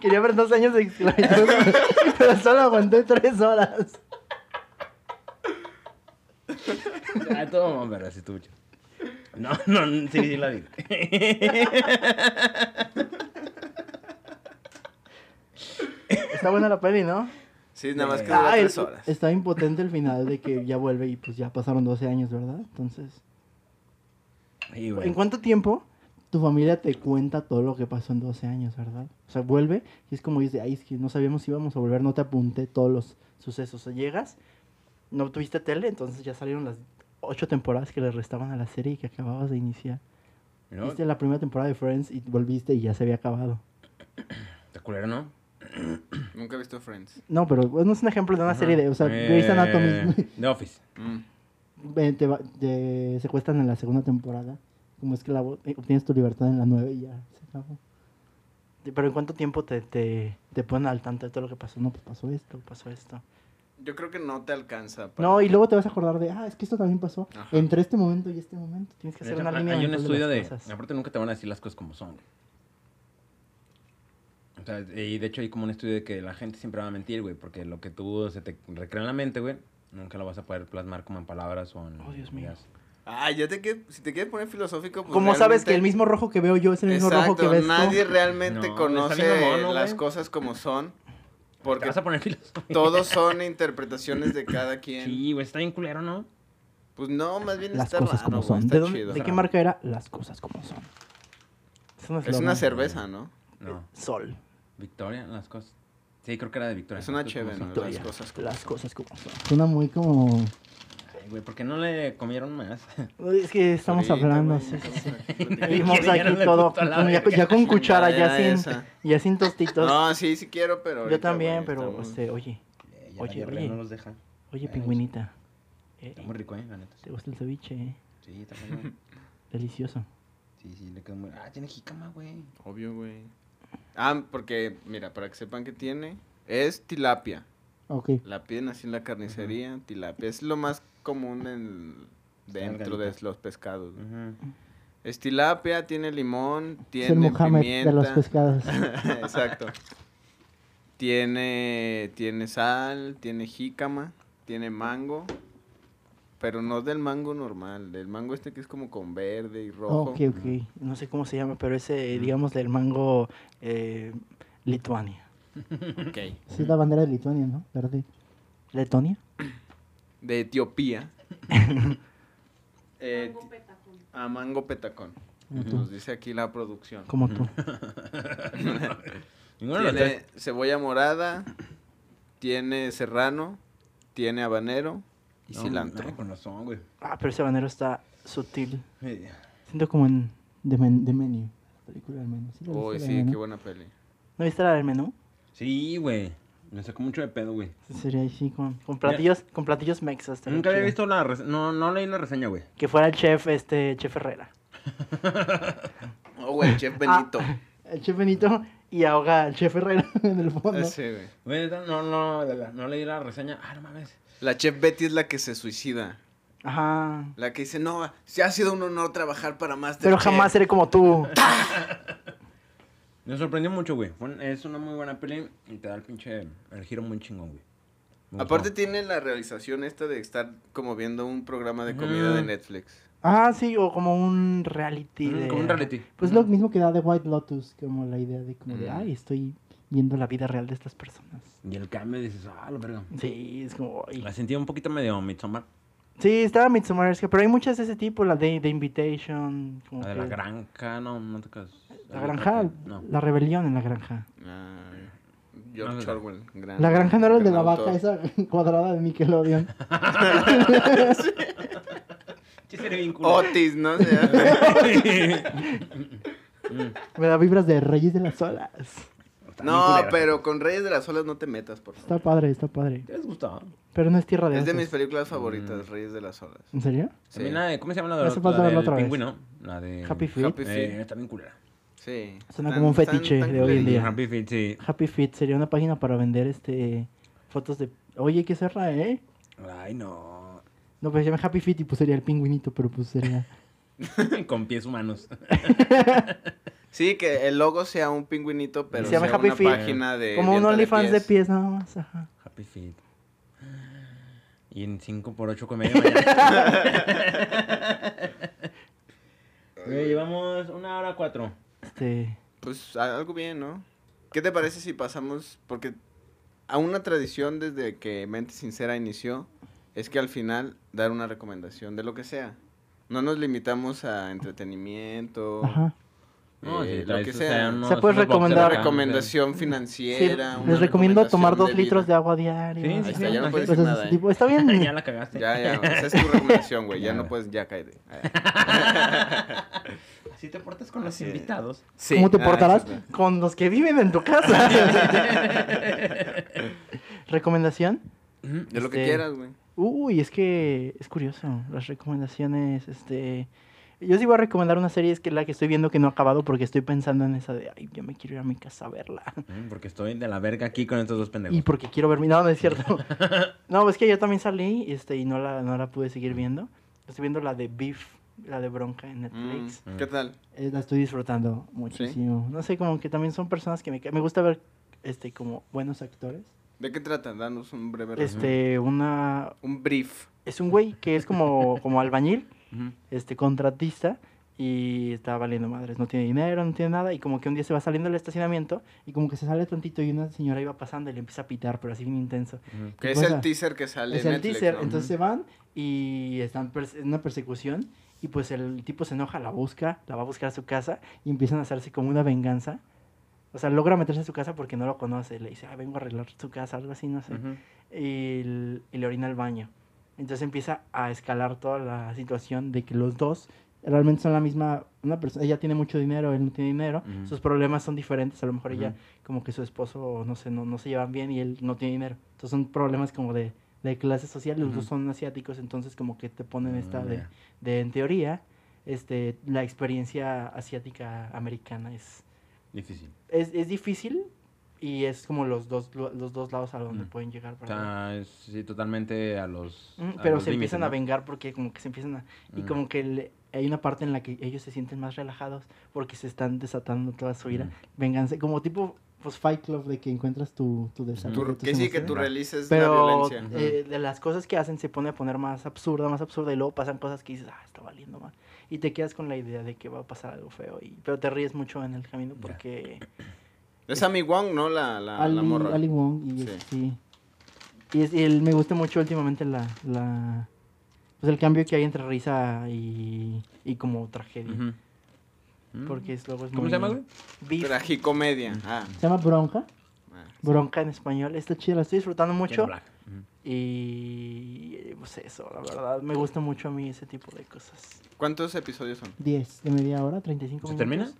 D: Quería ver dos años de esclavitud, pero solo aguanté tres horas.
B: Ah, todo mamá, pero así estuvo chido. No, no, sí, sí la vi.
D: Está buena la peli, ¿no?
C: sí, nada más que dura
D: Ah, el-
C: 3 horas.
D: está impotente el final de que ya vuelve y pues ya pasaron 12 años, ¿verdad? Entonces.
B: Sí, güey.
D: ¿En cuánto tiempo tu familia te cuenta todo lo que pasó en 12 años, verdad? O sea, vuelve y es como dice, ay, es que no sabíamos si íbamos a volver, no te apunté todos los sucesos. O sea, llegas, no tuviste tele, entonces ya salieron las ocho temporadas que le restaban a la serie y que acababas de iniciar.
B: ¿No?
D: Viste la primera temporada de Friends y volviste y ya se había acabado.
B: Está culero, ¿no?
C: Nunca he visto Friends.
D: No, pero bueno, es un ejemplo de una
B: Ajá.
D: serie de, o sea,
B: Eh,
D: Grey's Anatomy.
B: The Office.
C: Mm.
D: Ven, te, va- te secuestran en la segunda temporada. Como es que eh, obtienes tu libertad en la nueve y ya se acabó. Pero ¿en cuánto tiempo te, te, te ponen al tanto de todo lo que pasó? No, pues pasó esto, pasó esto.
C: Yo creo que no te alcanza. para-
D: No, y luego te vas a acordar de, ah, es que esto también pasó
C: Ajá.
D: entre este momento y este momento. Tienes que
B: De
D: hacer
B: hecho,
D: una
B: hay-
D: línea
B: hay un
D: mental
B: estudio
D: las
B: de,
D: cosas.
B: aparte nunca te van a decir las cosas como son güey. o sea y de hecho hay como un estudio de que la gente siempre va a mentir güey porque lo que tú se te recrea en la mente güey nunca lo vas a poder plasmar como en palabras o en
D: Oh, Dios mío.
B: ideas.
C: Ah, ya te quie- si te quieres poner filosófico, pues.
D: Como sabes que el
C: realmente-
D: mismo rojo que veo yo es el mismo rojo que
C: Exacto,
D: ves tú?
C: nadie realmente
B: No,
C: conoce
B: está bien mamón,
C: las
B: güey.
C: cosas como son.
B: te
C: Porque
B: vas a poner filosofía
C: todos son interpretaciones de cada quien.
B: sí güey está bien culero no
C: Pues no, más bien
D: Las
C: está
D: cosas
C: raro,
D: como
C: güey,
D: son.
C: está
D: ¿De, dónde-
C: chido.
D: de qué
B: Raro.
D: marca era? Las cosas como son. Es, un
C: Es una
D: eslogan.
C: cerveza, ¿no?
B: no
D: Sol.
B: Victoria las cosas sí creo que era de Victoria
C: Es una
B: Las cosas
C: chévere,
B: como
C: ¿no?
B: son.
C: Las
D: Victoria,
C: cosas como
D: Las cosas como son. Suena muy como...
B: Ay, güey por qué no le comieron más
D: Es que estamos
C: Ahorita,
D: hablando,
C: güey,
D: sí, sí, sí.
C: estamos aquí platicando.
D: Y Mox
B: Ya no
D: aquí
B: le
D: todo,
B: gustó a la
D: con- ya,
B: verga.
D: ya con cuchara, ya
C: Chingadera
D: sin,
C: esa.
D: ya sin tostitos.
C: No, sí, sí quiero, pero.
D: Yo
C: ahorita,
D: también,
C: güey,
D: pero,
C: estamos-
D: este, oye,
B: Eh, ya la
D: Oye,
B: diarrea
D: oye.
B: no los deja
D: oye,
B: Ay,
D: pingüinita. eh,
B: está muy rico eh la neta
D: ¿Te gusta el ceviche? eh?
B: sí está bueno
D: Delicioso.
B: Sí, sí, le quedó muy... Ah, tiene jícama, güey.
C: Obvio, güey. Ah, porque, mira, para que sepan que tiene, es tilapia.
D: Ok.
C: La piden así en la carnicería, tilapia. Es lo más común en, dentro de
B: delgadita.
C: los pescados. güey. Es tilapia, tiene limón,
D: Es el
C: tiene
D: Mohamed
C: pimienta.
D: de los pescados.
C: Exacto. Tiene, tiene sal, tiene jícama, tiene mango. Pero no del mango normal, del mango este que es como con verde y rojo. Mm.
D: ok, ok. No sé cómo se llama, pero ese, digamos, del mango eh, Lituania.
C: Ok.
D: Esa es la bandera de Lituania, ¿no? Verde. ¿Letonia?
C: De Etiopía. Eh,
I: Mango
C: ti-
I: petacón.
C: a mango petacón.
D: Como
C: Nos
D: tú.
C: dice aquí la producción.
D: Como tú.
B: Ninguno de los
C: tiene
B: tres.
C: cebolla morada, tiene serrano, tiene habanero y
B: No,
C: cilantro.
B: ay, con razón, güey.
D: Ah, pero ese banero está sutil.
B: Sí.
D: Siento como en The, Men- The Menu. la película del menú. ¿Sí la
C: Uy,
D: viste, la
C: sí,
D: del
C: qué
D: menú?
C: buena peli.
D: ¿No viste la del menú?
B: Sí, güey. Me sacó mucho de pedo, güey.
D: Sería así con, con platillos, con platillos mexas. estaría
B: Nunca había
D: chido.
B: visto la reseña. No, no leí la reseña, güey.
D: Que fuera el chef, este, chef Herrera.
C: Oh, güey,
B: Ah,
C: Chef Benito.
D: El chef Benito y ahoga al chef Herrera en el fondo.
C: Ese, güey.
B: Güey, neta, no, no, de la- no leí la reseña. Ah, no mames.
C: La Chef Betty es la que se suicida.
D: Ajá.
C: La que dice, no, sí ha sido un honor trabajar para Masterchef.
D: Pero jamás seré como tú.
B: Me sorprendió mucho, güey. Fue un- Es una muy buena peli y te da el pinche. El giro muy chingón, güey. Me gustó.
C: Aparte tiene la realización esta de estar como viendo un programa de comida de
B: Mm.
C: Netflix.
D: Ah, sí, o como un reality.
B: Mm,
D: de-
B: como un reality.
D: Pues lo mismo que da de White Lotus, como la idea de como de,
C: Mm.
D: ay, estoy viendo la vida real de estas personas.
B: Y el cambio dices, ah, lo verga.
D: Sí, es como... "Ay".
B: La sentí un poquito medio Midsommar.
D: Sí, estaba Midsummer's, pero hay muchas de ese tipo, la de The Invitation, como
B: La de la
D: que-
B: granja, no, no te creas.
D: la granja,
B: No.
D: la rebelión en la granja.
C: Ah, George
B: No, no, no.
C: Orwell, gran-
D: La granja no era el de
C: gran
D: la
C: autor.
D: vaca, esa cuadrada de Nickelodeon.
B: Sí, sería bien culo.
C: Otis, ¿no? O sea,
D: Me da vibras de Reyes de las Olas.
B: Está bien
C: no,
B: culera.
C: pero con Reyes de las Olas no te metas, por favor.
D: Está padre, está padre.
B: ¿Te has gustado?
D: Pero no es tierra de
C: Es de
D: osos.
C: mis películas favoritas, Reyes de las Olas.
D: ¿En serio?
C: Sí,
B: También la de, ¿cómo se llama la de
D: Hace falta
B: la
D: verla
B: del
D: otra vez.
B: pingüino? La de...
D: Happy Feet.
C: Happy
B: Eh,
C: Feet.
B: está bien culera.
C: Sí.
D: Suena como un fetiche de hoy en
C: culerillas.
D: día.
B: Happy Feet, sí.
D: Happy Feet sería una página para vender este fotos de... Oye, qué cerra, ¿eh?
B: Ay, no.
D: No, pues se llama Happy Feet y pues sería el pingüinito, pero pues sería...
B: Con pies humanos.
C: Sí, que el logo sea un pingüinito, pero
D: Se
C: sea
D: llama Happy
C: una
D: Feet.
C: página de
D: como un
C: venta
D: OnlyFans de pies nada más, ajá.
B: Happy Feet. Y en 5x8 comedia mañana. Güey, llevamos una hora cuatro.
D: Este...
C: Pues a- algo bien, ¿no? ¿Qué te parece si pasamos? Porque a una tradición desde que Mente Sincera inició es que al final dar una recomendación de lo que sea. No nos limitamos a entretenimiento,
D: Ajá.
B: No,
C: eh,
B: si
C: lo
B: traes,
C: que
B: o
C: sea.
B: unos-
D: Se puede
B: unos boxers
D: recomendar.
B: acá,
C: recomendación
D: Sí,
C: financiera. una
D: les recomiendo tomar
C: recomendación
D: dos
C: de
D: litros de
C: vida.
D: agua diaria.
B: Sí, sí,
D: así,
B: sí, ya no
D: así,
C: puedes decir
D: cosas de ese
C: nada, ¿eh?
D: tipo. Está bien.
B: ya la cagaste.
C: Ya, ya, esa es tu recomendación, güey. Ya
B: Ya.
C: no puedes, ya cállate.
B: Así te portas con los
C: Así es.
B: invitados.
C: Sí,
D: ¿Cómo te
C: ah,
D: portarás
C: exacto.
D: con los que viven en tu casa? ¿Recomendación?
C: De lo que
D: Este,
C: quieras, güey.
D: Uy, es que es curioso. Las recomendaciones, este... Yo sí voy a recomendar una serie, es que la que estoy viendo que no ha acabado porque estoy pensando en esa de, ay, yo me quiero ir a mi casa a verla.
B: Mm, Porque estoy de la verga aquí con estos dos pendejos.
D: Y porque quiero ver mi... No, no es cierto. No, es que yo también salí este, y no la, no la pude seguir viendo. Estoy viendo la de Beef, la de Bronca en Netflix.
C: Mm, ¿Qué tal?
D: Eh, la estoy disfrutando muchísimo. No sé, como que también son personas que me, ca- me gusta ver este como buenos actores.
C: ¿De qué trata? Danos un breve resumen.
D: Este, una
C: Un brief.
D: es un güey que es como como albañil,
B: Ujú.
D: este contratista y está valiendo madres, no tiene dinero, no tiene nada y como que un día se va saliendo del estacionamiento y como que se sale tantito y una señora iba pasando y le empieza a pitar, pero así bien intenso.
B: Ujú.
C: Que es
D: cosa?
C: el teaser que sale
D: es
C: en
D: el
C: Netflix,
D: teaser.
C: ¿no?
D: Entonces
B: Ujú.
D: se van y están perse- en una persecución. Y pues el tipo se enoja, la busca, la va a buscar a su casa y empiezan a hacerse como una venganza. O sea, logra meterse a su casa porque no lo conoce. Le dice, ah, vengo a arreglar su casa, algo así, no sé.
B: Ujú.
D: y, l- y le orina al baño. Entonces empieza a escalar toda la situación de que los dos realmente son la misma una persona. Ella tiene mucho dinero, él no tiene dinero.
B: Ujú.
D: Sus problemas son diferentes. A lo mejor ella
B: Ujú.
D: como que su esposo no sé no, no se llevan bien y él no tiene dinero. Entonces son problemas como de de clase social. Los dos
B: Ujú.
D: son asiáticos, entonces como que te ponen esta
B: Ah,
D: de,
B: ya.
D: de en teoría este la experiencia asiática americana es
B: Difícil.
D: es, es difícil y es como los dos lo- los dos lados a donde
B: Mm.
D: pueden llegar.
B: O
D: para
B: sea, es- sí, totalmente a los.
D: Mm,
B: a
D: Pero
B: los
D: se
B: límites,
D: empiezan a
B: ¿no?
D: vengar porque como que se empiezan a... Y
B: Mm.
D: como que le- hay una parte en la que ellos se sienten más relajados porque se están desatando toda su ira.
B: Mm.
D: Venganza, como tipo pues, Fight Club de que encuentras tu, tu desarrollo.
C: Tu-
D: tus
C: que sí, que
D: emociones.
C: tú realices la
D: Pero
C: violencia.
D: eh, de las cosas que hacen se pone a poner más absurda, más absurda y luego pasan cosas que dices, ah, está valiendo mal. Y te quedas con la idea de que va a pasar algo feo. Y, pero te ríes mucho en el camino
B: Ya.
D: porque...
C: Es Amy Wong, ¿no? La, la,
D: Ali,
C: la morra.
D: Ali Wong y
C: Sí.
D: este, sí. Y, es- y el- me gusta mucho últimamente la, la pues el cambio que hay entre risa y, y como tragedia.
B: Ujú. Mm.
D: Porque es luego es
B: ¿Cómo
D: muy-
B: se llama, güey?
D: Beef.
C: Tragicomedia. Ah,
D: Se llama Bronca.
C: ah.
D: Bronca en español. Está chida, la estoy disfrutando mucho.
B: Jack Black. Ujú.
D: Y eh, pues eso, la verdad. Me gusta mucho a mí ese tipo de cosas.
C: ah. ¿Cuántos episodios son?
D: 10 de media hora, 35
B: ¿Se
D: minutos.
B: termina?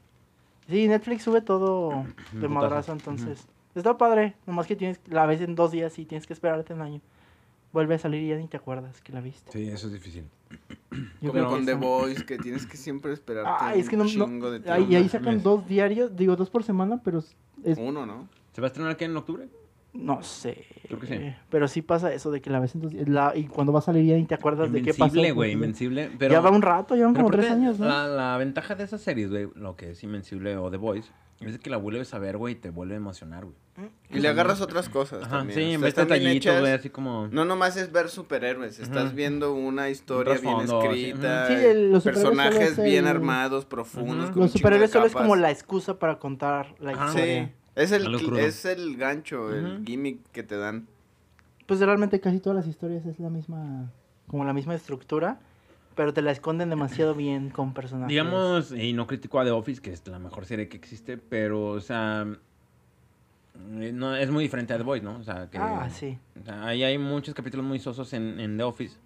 D: Sí, Netflix sube todo de
B: putazo.
D: madrazo,
B: Ujú.
D: entonces. Está padre, nomás que tienes, la ves en dos días y tienes que esperarte un año. Vuelve a salir y ya ni te acuerdas que la viste.
B: Sí, eso es difícil.
D: Yo
C: Como
D: creo
C: con
D: que
C: The
D: son-
C: Voice, que tienes que siempre esperarte
D: Ay, es que no-
C: un
D: no-
C: chingo de
D: Ay, y ahí
C: tiempo.
D: sacan
B: mames.
D: dos diarios, digo dos por semana, pero es- es-
C: Uno, ¿no?
B: ¿Se va a estrenar qué en octubre?
D: No sé. Eh,
B: Creo que sí.
D: Pero sí pasa eso de que la ves en tus- la- y cuando vas a salir ya ni te acuerdas de qué pasó.
B: Invencible, güey, invencible. Pero,
D: ya va un rato, ya van
B: pero
D: como tres
B: aparte,
D: años, ¿no?
B: La, la ventaja de esas series, güey, lo que es Invencible o The Voice, es que la vuelves a ver, güey, y te vuelve a emocionar, güey.
C: Y le agarras otras cosas
B: Ajá,
C: también.
B: sí,
C: o sea,
B: en vez de
C: están bien
B: detallitos,
C: hechas.
B: güey, así como...
C: No nomás es ver superhéroes, estás
B: Ujú.
C: viendo una historia bien
B: trasfondo, sí.
C: escrita,
D: Sí, el- los superhéroes solo
C: personajes
D: es
C: bien
D: el-
C: armados, profundos. con
B: Ujú.
C: un
D: Los
C: chingo de
D: superhéroes solo es
C: capas.
D: como la excusa para contar la
B: Ajá.
D: historia.
C: Sí, es el,
B: Algo
C: cl-
B: crudo.
C: es el gancho, el
B: Ah, Ujú.
C: gimmick que te dan.
D: Pues realmente casi todas las historias es la misma, como la misma estructura, pero te la esconden demasiado bien con personajes.
B: Digamos, y no critico a The Office, que es la mejor serie que existe, pero, o sea, eh, no, es muy diferente a The Voice, ¿no? O sea, que,
D: Ah, sí.
B: o sea, ahí hay muchos capítulos muy sosos en, en The Office,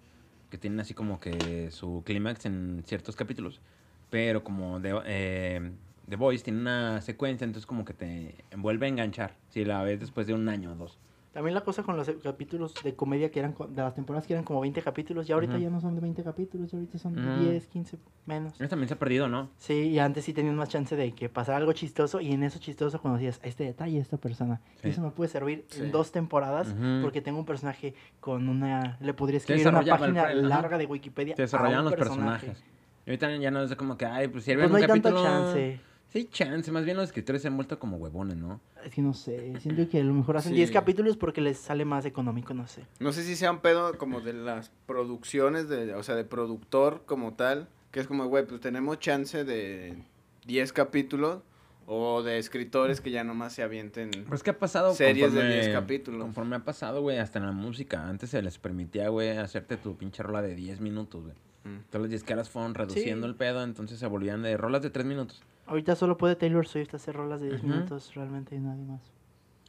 B: que tienen así como que su clímax en ciertos capítulos, pero como The, eh, The Voice tiene una secuencia, entonces como que te vuelve a enganchar, si la ves después de un año o dos.
D: También la cosa con los capítulos de comedia que eran, co- de las temporadas que eran como 20 capítulos, ya ahorita
B: Ujú.
D: ya no son de 20 capítulos, ya ahorita son de
B: Ujú.
D: 10, 15 menos.
B: Eso también se ha perdido, ¿no?
D: Sí, y antes sí tenías más chance de que pasara algo chistoso y en eso chistoso conocías este detalle, esta persona.
B: Sí.
D: Y eso me puede servir
C: Sí.
D: en dos temporadas
B: Ujú.
D: porque tengo un personaje con una... Le podría escribir una
B: desarrollaba el
D: página
B: pre- ajá.
D: larga de Wikipedia.
B: Se
D: a
B: desarrollan
D: un
B: los
D: personaje.
B: personajes. Y ahorita ya no es como que, ay, pues sirve
D: Pues no hay
B: un capítulo...
D: tanto chance.
B: Sí, chance. Más bien los escritores se han vuelto como huevones, ¿no?
D: Es que no sé, siento que a lo mejor hacen
C: Sí.
D: 10 capítulos porque les sale más económico, no sé.
C: No sé si sea un pedo como de las producciones, de, o sea, de productor como tal, que es como, güey, pues tenemos chance de 10 capítulos o de escritores que ya nomás se avienten.
B: Pero es que Pues, ha pasado
C: Series de
B: conforme-
C: 10 capítulos.
B: Conforme ha pasado, güey, hasta en la música. Antes se les permitía, güey, hacerte tu pinche rola de 10 minutos, güey.
C: Mm.
B: Todas las disqueras fueron reduciendo
D: Sí.
B: el pedo, entonces se volvían de rolas de 3 minutos.
D: Ahorita solo puede Taylor Swift hacer rolas de 10
B: Ujú.
D: minutos, realmente y nadie más.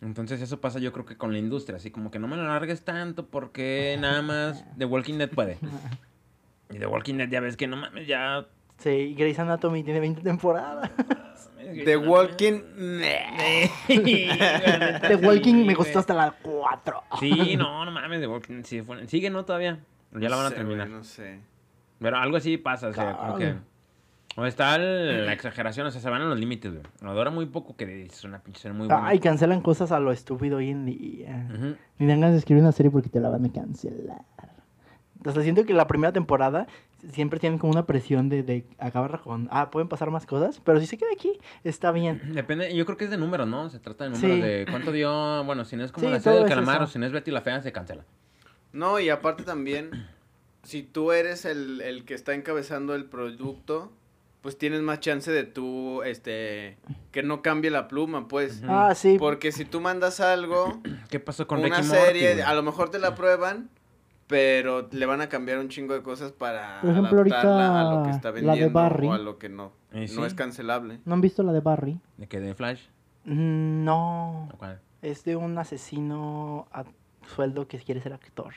B: Entonces eso pasa yo creo que con la industria, así como que no me lo largues tanto porque nada más The Walking Dead puede. Y The Walking Dead ya ves que no mames, ya...
D: Sí, y Grey's Anatomy tiene 20 temporadas.
C: The Walking... Dead.
D: The Walking me
B: gustó
D: gustó hasta la 4.
B: Sí, no, no mames, The Walking Dead sí fue- sigue, ¿no? Todavía. Ya la van
C: No
B: a
C: sé,
B: terminar.
C: güey, no sé.
B: Pero algo así pasa, o sea, como que...
D: Claro.
B: O está el- la exageración, o sea, se van a los límites, güey. Lo adora muy poco que es una pinche serie muy buena.
D: Ay, cancelan cosas a lo estúpido hoy en día.
B: Ujú.
D: Ni dan ganas de escribir una serie porque te la van a cancelar. O sea, siento que la primera temporada siempre tienen como una presión de, de acabar con, ah, pueden pasar más cosas, pero si se queda aquí, está bien.
B: Depende, yo creo que es de números, ¿no? Se trata de números
D: Sí.
B: de cuánto dio, bueno, si no es como
D: Sí,
B: la serie
D: todo
B: del
D: es
B: calamar
D: eso.
B: o si no es Betty la Fea, se cancela.
C: No, y aparte también, si tú eres el, el que está encabezando el producto, pues tienes más chance de tú, este, que no cambie la pluma, pues.
B: Ujú.
D: Ah, sí.
C: Porque si tú mandas algo,
B: ¿Qué pasó con
C: una
B: Ricky
C: serie,
B: Morty?
C: a lo mejor te la prueban, pero le van a cambiar un chingo de cosas para
D: Por ejemplo, ahorita
C: adaptarla a lo que está
D: la de
C: vendiendo
D: Barry.
C: o a lo que no.
B: Eh, sí.
C: No es cancelable.
D: ¿No han visto la de Barry?
B: ¿De qué? ¿De Flash?
D: Mm, No,
B: ¿O cuál?
D: es de un asesino a sueldo que quiere ser actor.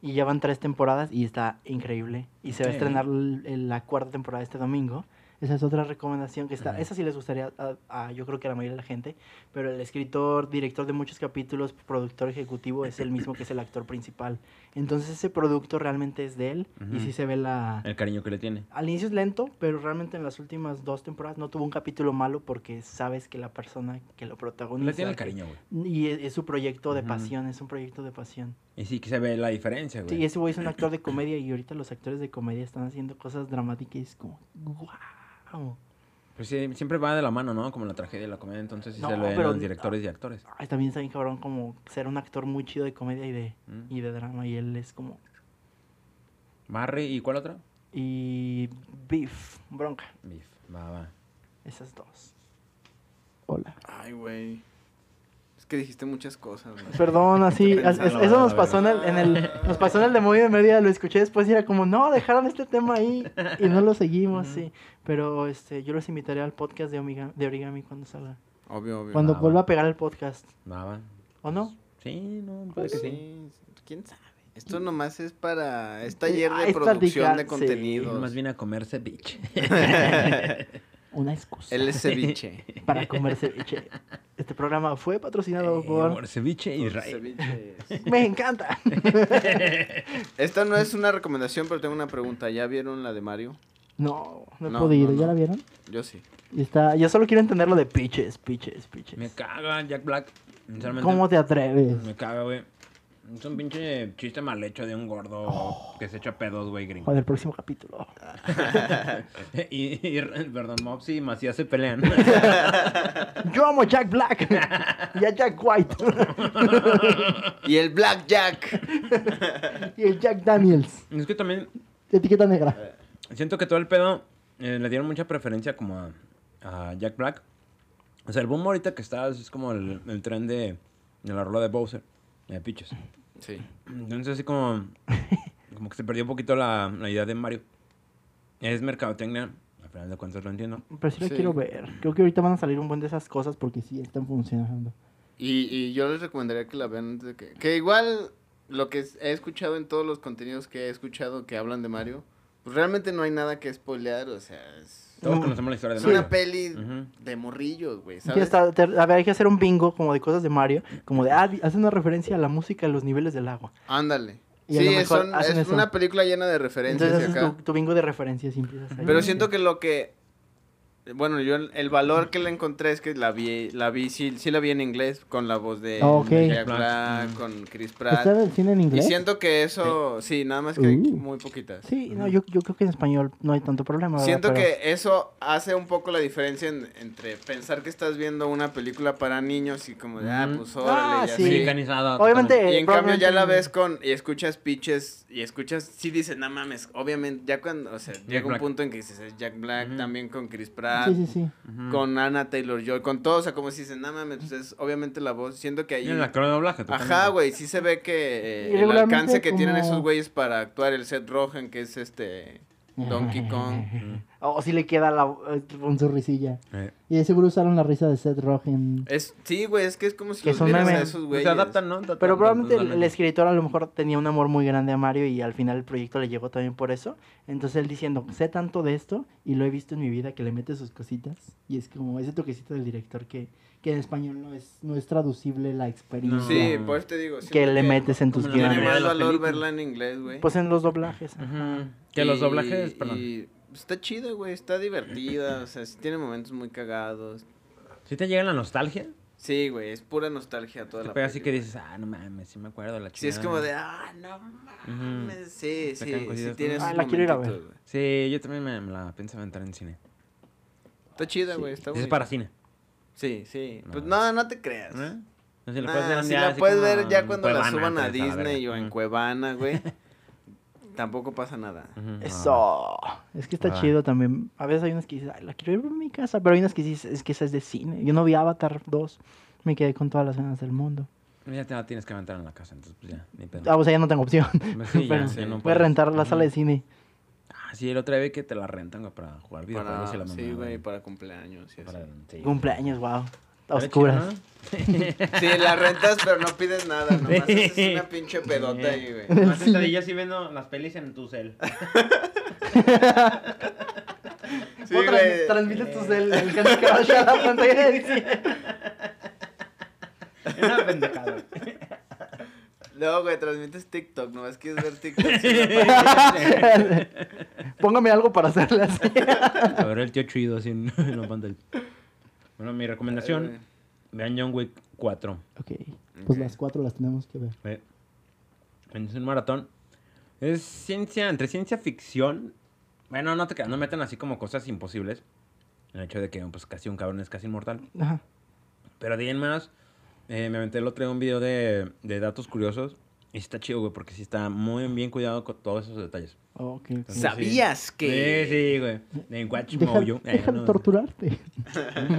D: Y ya van tres temporadas y está increíble. Y se va a
B: Ok.
D: estrenar l- el- la cuarta temporada este domingo. Esa es otra recomendación que está.
B: Ajá.
D: Esa sí les gustaría, a, a- yo creo que a la mayoría de la gente. Pero el escritor, director de muchos capítulos, productor ejecutivo es el mismo que es el actor principal. Entonces ese producto realmente es de él.
B: Ujú.
D: Y sí se ve la,
B: El cariño que le tiene.
D: al inicio es lento, pero realmente en las últimas dos temporadas no tuvo un capítulo malo porque sabes que la persona que lo protagoniza...
B: Le tiene el cariño, güey.
D: Y e, es, es su proyecto de
B: Ujú.
D: pasión, es un proyecto de pasión.
B: Y sí que se ve la diferencia, güey.
D: Sí, ese güey es un actor de comedia y ahorita los actores de comedia están haciendo cosas dramáticas y es como, wow.
B: Pues sí, siempre va de la mano, ¿no? Como la tragedia y la comedia, entonces sí se
D: No,
B: lo ven
D: pero-
B: los directores y actores.
D: Ay, también está bien cabrón como ser un actor muy chido de comedia y de,
B: Mm.
D: y de drama y él es como...
B: Barry, ¿y cuál otra?
D: Y beef, bronca,
B: Beef. Va, va.
D: esas dos.
J: Hola.
C: Ay, güey. Es que dijiste muchas cosas, güey.
D: Perdón, así,
C: Pensalo,
D: as- es-
B: a
D: eso
B: la
D: nos pasó en el, en el, nos pasó en el de Movie de Media, lo escuché después y era como, no, dejaron este tema ahí y no lo seguimos, sí. Pero este, yo los invitaré al podcast de, Omiga- de Origami cuando salga.
C: Obvio, obvio.
D: Cuando
B: va,
D: vuelva
B: va.
D: a pegar el podcast,
B: Va, va.
D: ¿o no?
B: Sí, no, puede
C: Pues
B: que sí.
C: sí, quién sabe. Esto nomás es para. Es taller
D: Ah,
C: de
D: es
C: producción
D: platicar,
C: de
D: sí.
C: contenidos.
B: Más bien a comerse bitch.
D: Una excusa
C: El ceviche.
D: para comer ceviche. Este programa fue patrocinado por...
B: Por ceviche y raíz.
C: Ceviches.
D: Me encanta.
C: Esta no es una recomendación, pero tengo una pregunta. ¿Ya vieron la de Mario?
D: No, no he
C: No,
D: podido.
C: no,
D: ¿Ya
C: no.
D: la vieron?
C: Yo sí.
D: Y está... Yo solo quiero entender lo de pitches, pitches, pitches.
B: Me caga Jack Black. Sinceramente.
D: ¿Cómo te atreves?
B: Me caga, güey. Es un pinche chiste mal hecho de un gordo que se echa pedos, güey, gringo.
D: Oh. Joder, el próximo capítulo.
B: y, y- perdón, Mopsy y Macías se pelean.
D: Yo amo a Jack Black y a Jack White
C: Y el Blackjack.
D: y el Jack Daniels.
B: es que también
D: Etiqueta
C: Eh,
D: negra.
B: siento que todo el pedo eh, le dieron mucha preferencia como a, a Jack Black. O sea, el boom ahorita que está es como el, el tren de, de la rola de Bowser, de Piches.
C: Sí.
B: Entonces así como, como que se perdió un poquito la, la idea de Mario. Es mercadotecnia, al final de cuentas lo entiendo.
D: Pero sí lo
C: Sí.
D: quiero ver. Creo que ahorita van a salir un buen de esas cosas porque sí están funcionando.
C: Y, y yo les recomendaría que la vean antes de que... Que igual lo que he escuchado en todos los contenidos que he escuchado que hablan de Mario, pues realmente no hay nada que spoilear, o sea, es,
B: Todos
D: No.
B: conocemos la historia de
C: Mm. es
B: Mario.
C: una peli
B: Ujú.
C: de morrillos, güey,
D: Ya
C: ¿sabes?
D: está, te- a ver, hay que hacer un bingo como de cosas de Mario. Como de, ah, di- hace una referencia a la música, a los niveles del agua.
C: Ándale.
D: Y a
C: sí,
D: lo
C: es,
D: mejor
C: son-
D: hacen
C: es
D: eso.
C: una película llena de referencias
D: Entonces
C: y
D: haces
C: acá.
D: tu, tu bingo de referencias y empiezas ahí.
C: Pero siento que lo que... Bueno, yo el el valor que le encontré es que la vi, la vi, sí, sí la vi en inglés, con la voz de
D: Ah, Ok.
C: Jack
B: Black.
C: Black,
B: Mm.
C: con Chris
D: ¿Está en
C: Pratt.
D: el cine en
C: Y
D: inglés?
C: siento que eso, sí, nada más que
D: Uh.
C: muy poquitas.
D: Sí, no, yo, yo creo que en español no hay tanto problema. ¿verdad?
C: Siento
D: Pero-
C: que eso hace un poco la diferencia en- entre pensar que estás viendo una película para niños y como de, ah,
B: Ujú.
C: pues
D: Ah,
C: órale, ya
D: sí.
C: sí.
B: Mexicanizada,
D: Obviamente,
B: totalmente.
C: Y en cambio ya la
D: probablemente-
C: ves con, y escuchas pitches, y escuchas, sí dices, no mames, obviamente, ya cuando, o sea, llega un
B: Black.
C: punto en que dices, es Jack Black,
B: Ujú.
C: también con Chris Pratt,
D: Sí, sí, sí.
B: Ujú.
C: con Anna Taylor-Joy, con todos, o sea, como si dices, no mames, pues es obviamente la voz, siento que ahí...
B: Y el actor de doblaje.
C: Ajá,
B: totalmente.
C: güey, sí se ve que eh,
D: Y
C: el
D: regularmente
C: alcance que tienen
D: como-
C: esos güeyes para actuar el set Rogen, que es este Donkey Kong.
D: O si Oh, le queda la, eh, un sonrisilla.
B: Eh.
D: Y de seguro usaron la risa de Seth Rogen.
C: Es, sí, güey, es que es como si
D: Que
C: los
D: son
C: vieras a
D: memes.
C: esos
B: Pues
C: güeyes.
B: se adaptan, ¿no? Adaptan-
D: Pero probablemente el,
B: adaptan-
D: el escritor a lo mejor tenía un amor muy grande a Mario y al final el proyecto le llegó también por eso. Entonces él diciendo, sé tanto de esto y lo he visto en mi vida que le mete sus cositas. Y es como ese toquecito del director que, que en español no es, no es traducible la experiencia
C: Sí, por eso te digo.
B: pues,
D: que
C: siento
D: le metes en tus
B: como la
C: Tiene
B: mayoría
C: más
D: guiones.
B: de las
C: valor
B: películas.
C: verla en inglés, güey.
D: Pues en los doblajes.
B: Ujú. Que los
C: Y-
B: doblajes, perdón.
C: y está chida, güey, está divertida, o sea, sí tiene momentos muy cagados.
B: Si te llega la nostalgia,
C: Sí, güey, es pura nostalgia toda
B: te
C: la
B: pega así que
C: película.
B: dices, ah, no mames, sí me acuerdo de la chica.
C: Sí, es como de, ah, no mames. Sí,
B: Sacan
C: sí, sí
B: cosillas,
C: tiene
B: ¿no?
C: esos
D: Ah, la quiero ir a
C: momentitos, güey.
B: Sí, yo también me, me la pienso aventar en cine.
C: Está chida, güey, está
B: Ese es
C: bonita.
B: para cine.
C: Sí, sí.
B: No.
C: Pues no, no te creas.
B: ¿Eh? No sé,
C: Nah,
B: ver un
C: si
B: día
C: Ah, la
B: así
C: puedes
B: como
C: ver ya
B: en
C: cuando la
B: Cuevana,
C: suban a
B: antes de la verga.
C: Disney o en
B: Ujú.
C: Cuevana, güey. Tampoco pasa nada.
B: Ujú, no,
D: Eso. Es que está
B: Ah.
D: chido también. A veces hay unas que dices, "Ay, la quiero ver en mi casa. Pero hay unas que dices, es que esa es de cine. Yo no vi Avatar 2. Me quedé con todas las ganas del mundo.
B: no. Ya te la tienes que aventar en la casa, entonces pues ya, ni pedo.
D: Ah, o sea, ya no tengo opción.
B: Pues sí, ya,
D: Pero
B: sí, ya no
D: voy a
B: puedes.
D: rentar la
B: Ujú.
D: sala de cine.
B: Ah, sí, el otro día vi que te la rentan güey, para jugar videojuegos y la
C: Para,
B: mamá.
C: sí, güey, para cumpleaños. Sí,
B: para- sí.
D: Cumpleaños, wow. A
B: Está
D: oscuras.
B: chido, ¿no?
C: sí. Sí, la rentas, pero no pides nada. Nomás haces una pinche pedota ahí, güey.
B: Más sentadilla así viendo las pelis en tu cel.
C: Sí,
D: O trans-
C: güey.
D: transmites tus el, el Candy Crush a la pantalla de cine.
B: Una pendejada.
C: No, güey, transmites TikTok. No es que es ver TikTok.
D: Póngame algo para hacerle así.
B: A ver el tío chido así en en la pantalla. Bueno, mi recomendación, vean John Wick 4.
D: Ok,
C: Ok.
D: pues las cuatro las tenemos que ver.
B: eh. Es un maratón. Es ciencia, entre ciencia ficción. Bueno, no te creas, no metan así como cosas imposibles. El hecho de que pues casi un cabrón es casi inmortal.
D: Ajá.
B: Pero de ahí en más, eh, me aventé el otro día un video de, de datos curiosos. Y sí está chido, güey, porque sí está muy bien cuidado con todos esos detalles.
D: Oh, Ok, ok.
B: Entonces,
C: ¿Sabías
B: sí.
C: que?
B: Sí, sí, güey. En Watch
D: Deja,
B: Mojo. Eh,
D: deja de
B: no,
D: torturarte.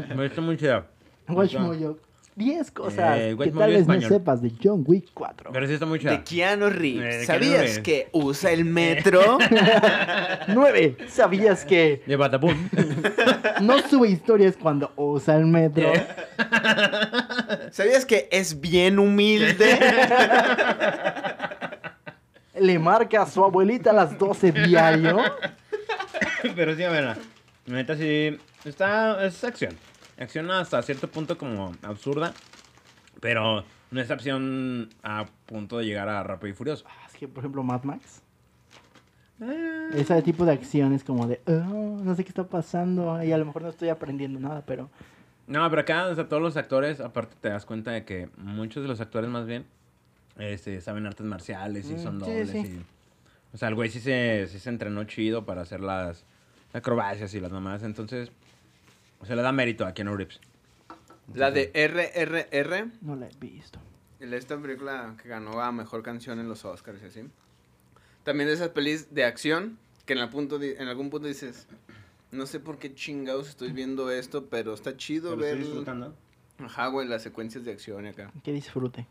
B: Pero está muy chido.
D: Watch
B: Está-
D: Mojo. 10 cosas
B: Eh, Watch
D: que
B: Mojo
D: tal
B: en
D: vez no
B: español.
D: sepas de John Wick 4.
B: Pero sí está muy chido.
C: De Keanu
B: Eh,
C: Reeves.
B: de Keanu
C: ¿Sabías
B: Reeves.
C: que usa el metro?
D: 9. ¿Sabías que
B: De Batapum.
D: no sube historias cuando usa el metro?
C: ¿Sabías que es bien humilde?
D: Le marca a su abuelita a las 12 diario.
B: Pero sí, a ver, la neta sí. Está. Es acción. Acción hasta cierto punto como absurda. Pero no es acción a punto de llegar a Rápido y Furioso.
D: Ah, Es que, por ejemplo, Mad Max.
B: Eh,
D: ese tipo de acciones como de, "Oh, no sé qué está pasando y a lo mejor no estoy aprendiendo nada, pero
B: No, pero acá, o sea, todos los actores, aparte te das cuenta de que muchos de los actores más bien este, saben artes marciales y
D: Mm,
B: son
D: sí,
B: dobles.
D: sí.
B: y- o sea, el güey sí se, sí se entrenó chido para hacer las acrobacias y las mamadas. Entonces, se le da mérito a Keanu Reeves.
C: La de RRR,
D: no la he visto.
C: esta película que ganó a mejor canción en los Oscars y así. También de esas pelis de acción que en, la punto di- en algún punto dices, no sé por qué chingados estoy viendo esto, pero está chido ver. Ajá, güey, las secuencias de acción y acá.
D: Que disfrute.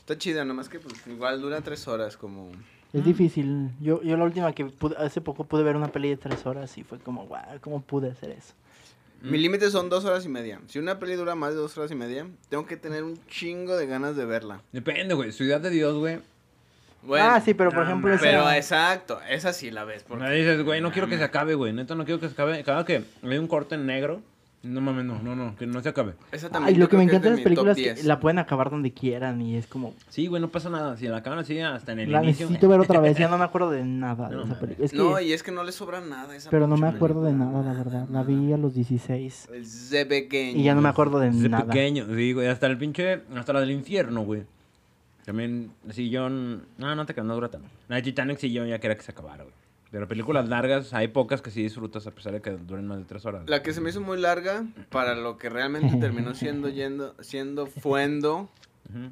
C: Está chida, nomás que pues, igual dura tres horas como...
B: Ah.
D: Es difícil. Yo, yo la última que pude- hace poco pude ver una peli de tres horas y fue como, wow, ¿cómo pude hacer eso?
B: Mm.
C: Mi límite son dos horas y media. Si una peli dura más de dos horas y media, tengo que tener un chingo de ganas de verla.
B: Depende, güey. Ciudad de Dios, güey.
C: Bueno,
D: ah, sí, pero por
B: no,
D: ejemplo esa-
C: Pero exacto, esa sí la ves. Porque...
B: Me dices, güey, no quiero que se acabe, güey. Neta, no quiero que se acabe. Cada que hay un corte en negro. No mames, no, no, no, que no se acabe.
C: Esa
D: Ay,
C: también
D: lo
C: yo
D: que me
C: creo es
D: encanta de las
C: mi top
D: películas es que
C: 10.
D: la pueden acabar donde quieran y es como,
B: Sí, güey, no pasa nada. Si la acaban así, hasta en el
D: la
B: inicio.
D: necesito ver otra vez, ya no me acuerdo de nada de
B: No,
D: esa
B: mames.
D: película. Es que,
C: No, y es que no le sobra nada a esa
D: pero no me
C: pinche
D: acuerdo de
C: película.
D: nada, la verdad. La vi a los 16
C: El The Beginning.
D: y ya no me acuerdo de
B: Desde
D: nada.
B: pequeño, sí, güey. Hasta el pinche. Hasta la del infierno, güey. También, así yo. n- No, no te creas, no dura tanto. La de Titanic sí yo ya quería que se acabara, güey. Pero películas largas, hay pocas que sí disfrutas a pesar de que duren más de tres horas.
C: La que se me hizo muy larga para lo que realmente terminó siendo yendo, siendo fuendo
B: Ujú.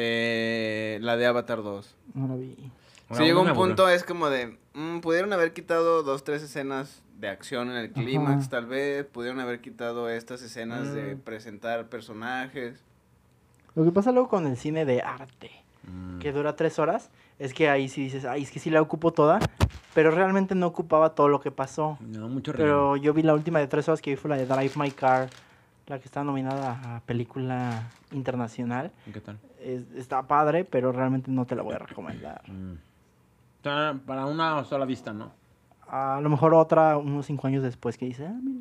C: eh, la de Avatar 2.
D: No la vi.
C: Si
B: Bueno,
C: llega
B: me
C: un
B: aburrió.
C: punto es como de, mm, pudieron haber quitado dos, tres escenas de acción en el clímax, tal vez, pudieron haber quitado estas escenas de
D: Mm.
C: presentar personajes.
D: Lo que pasa luego con el cine de arte,
B: Mm.
D: que dura tres horas, es que ahí sí dices, ay, es que sí la ocupo toda, pero realmente no ocupaba todo lo que pasó.
B: No, mucho relleno.
D: Pero yo vi la última de tres horas que vi fue la de Drive My Car, la que está nominada a película internacional.
B: ¿Qué tal?
D: Es- está padre, pero realmente no te la voy a recomendar.
B: Mm. O sea, Para una sola vista, ¿no?
D: A lo mejor otra unos cinco años después que dice, ah, mira.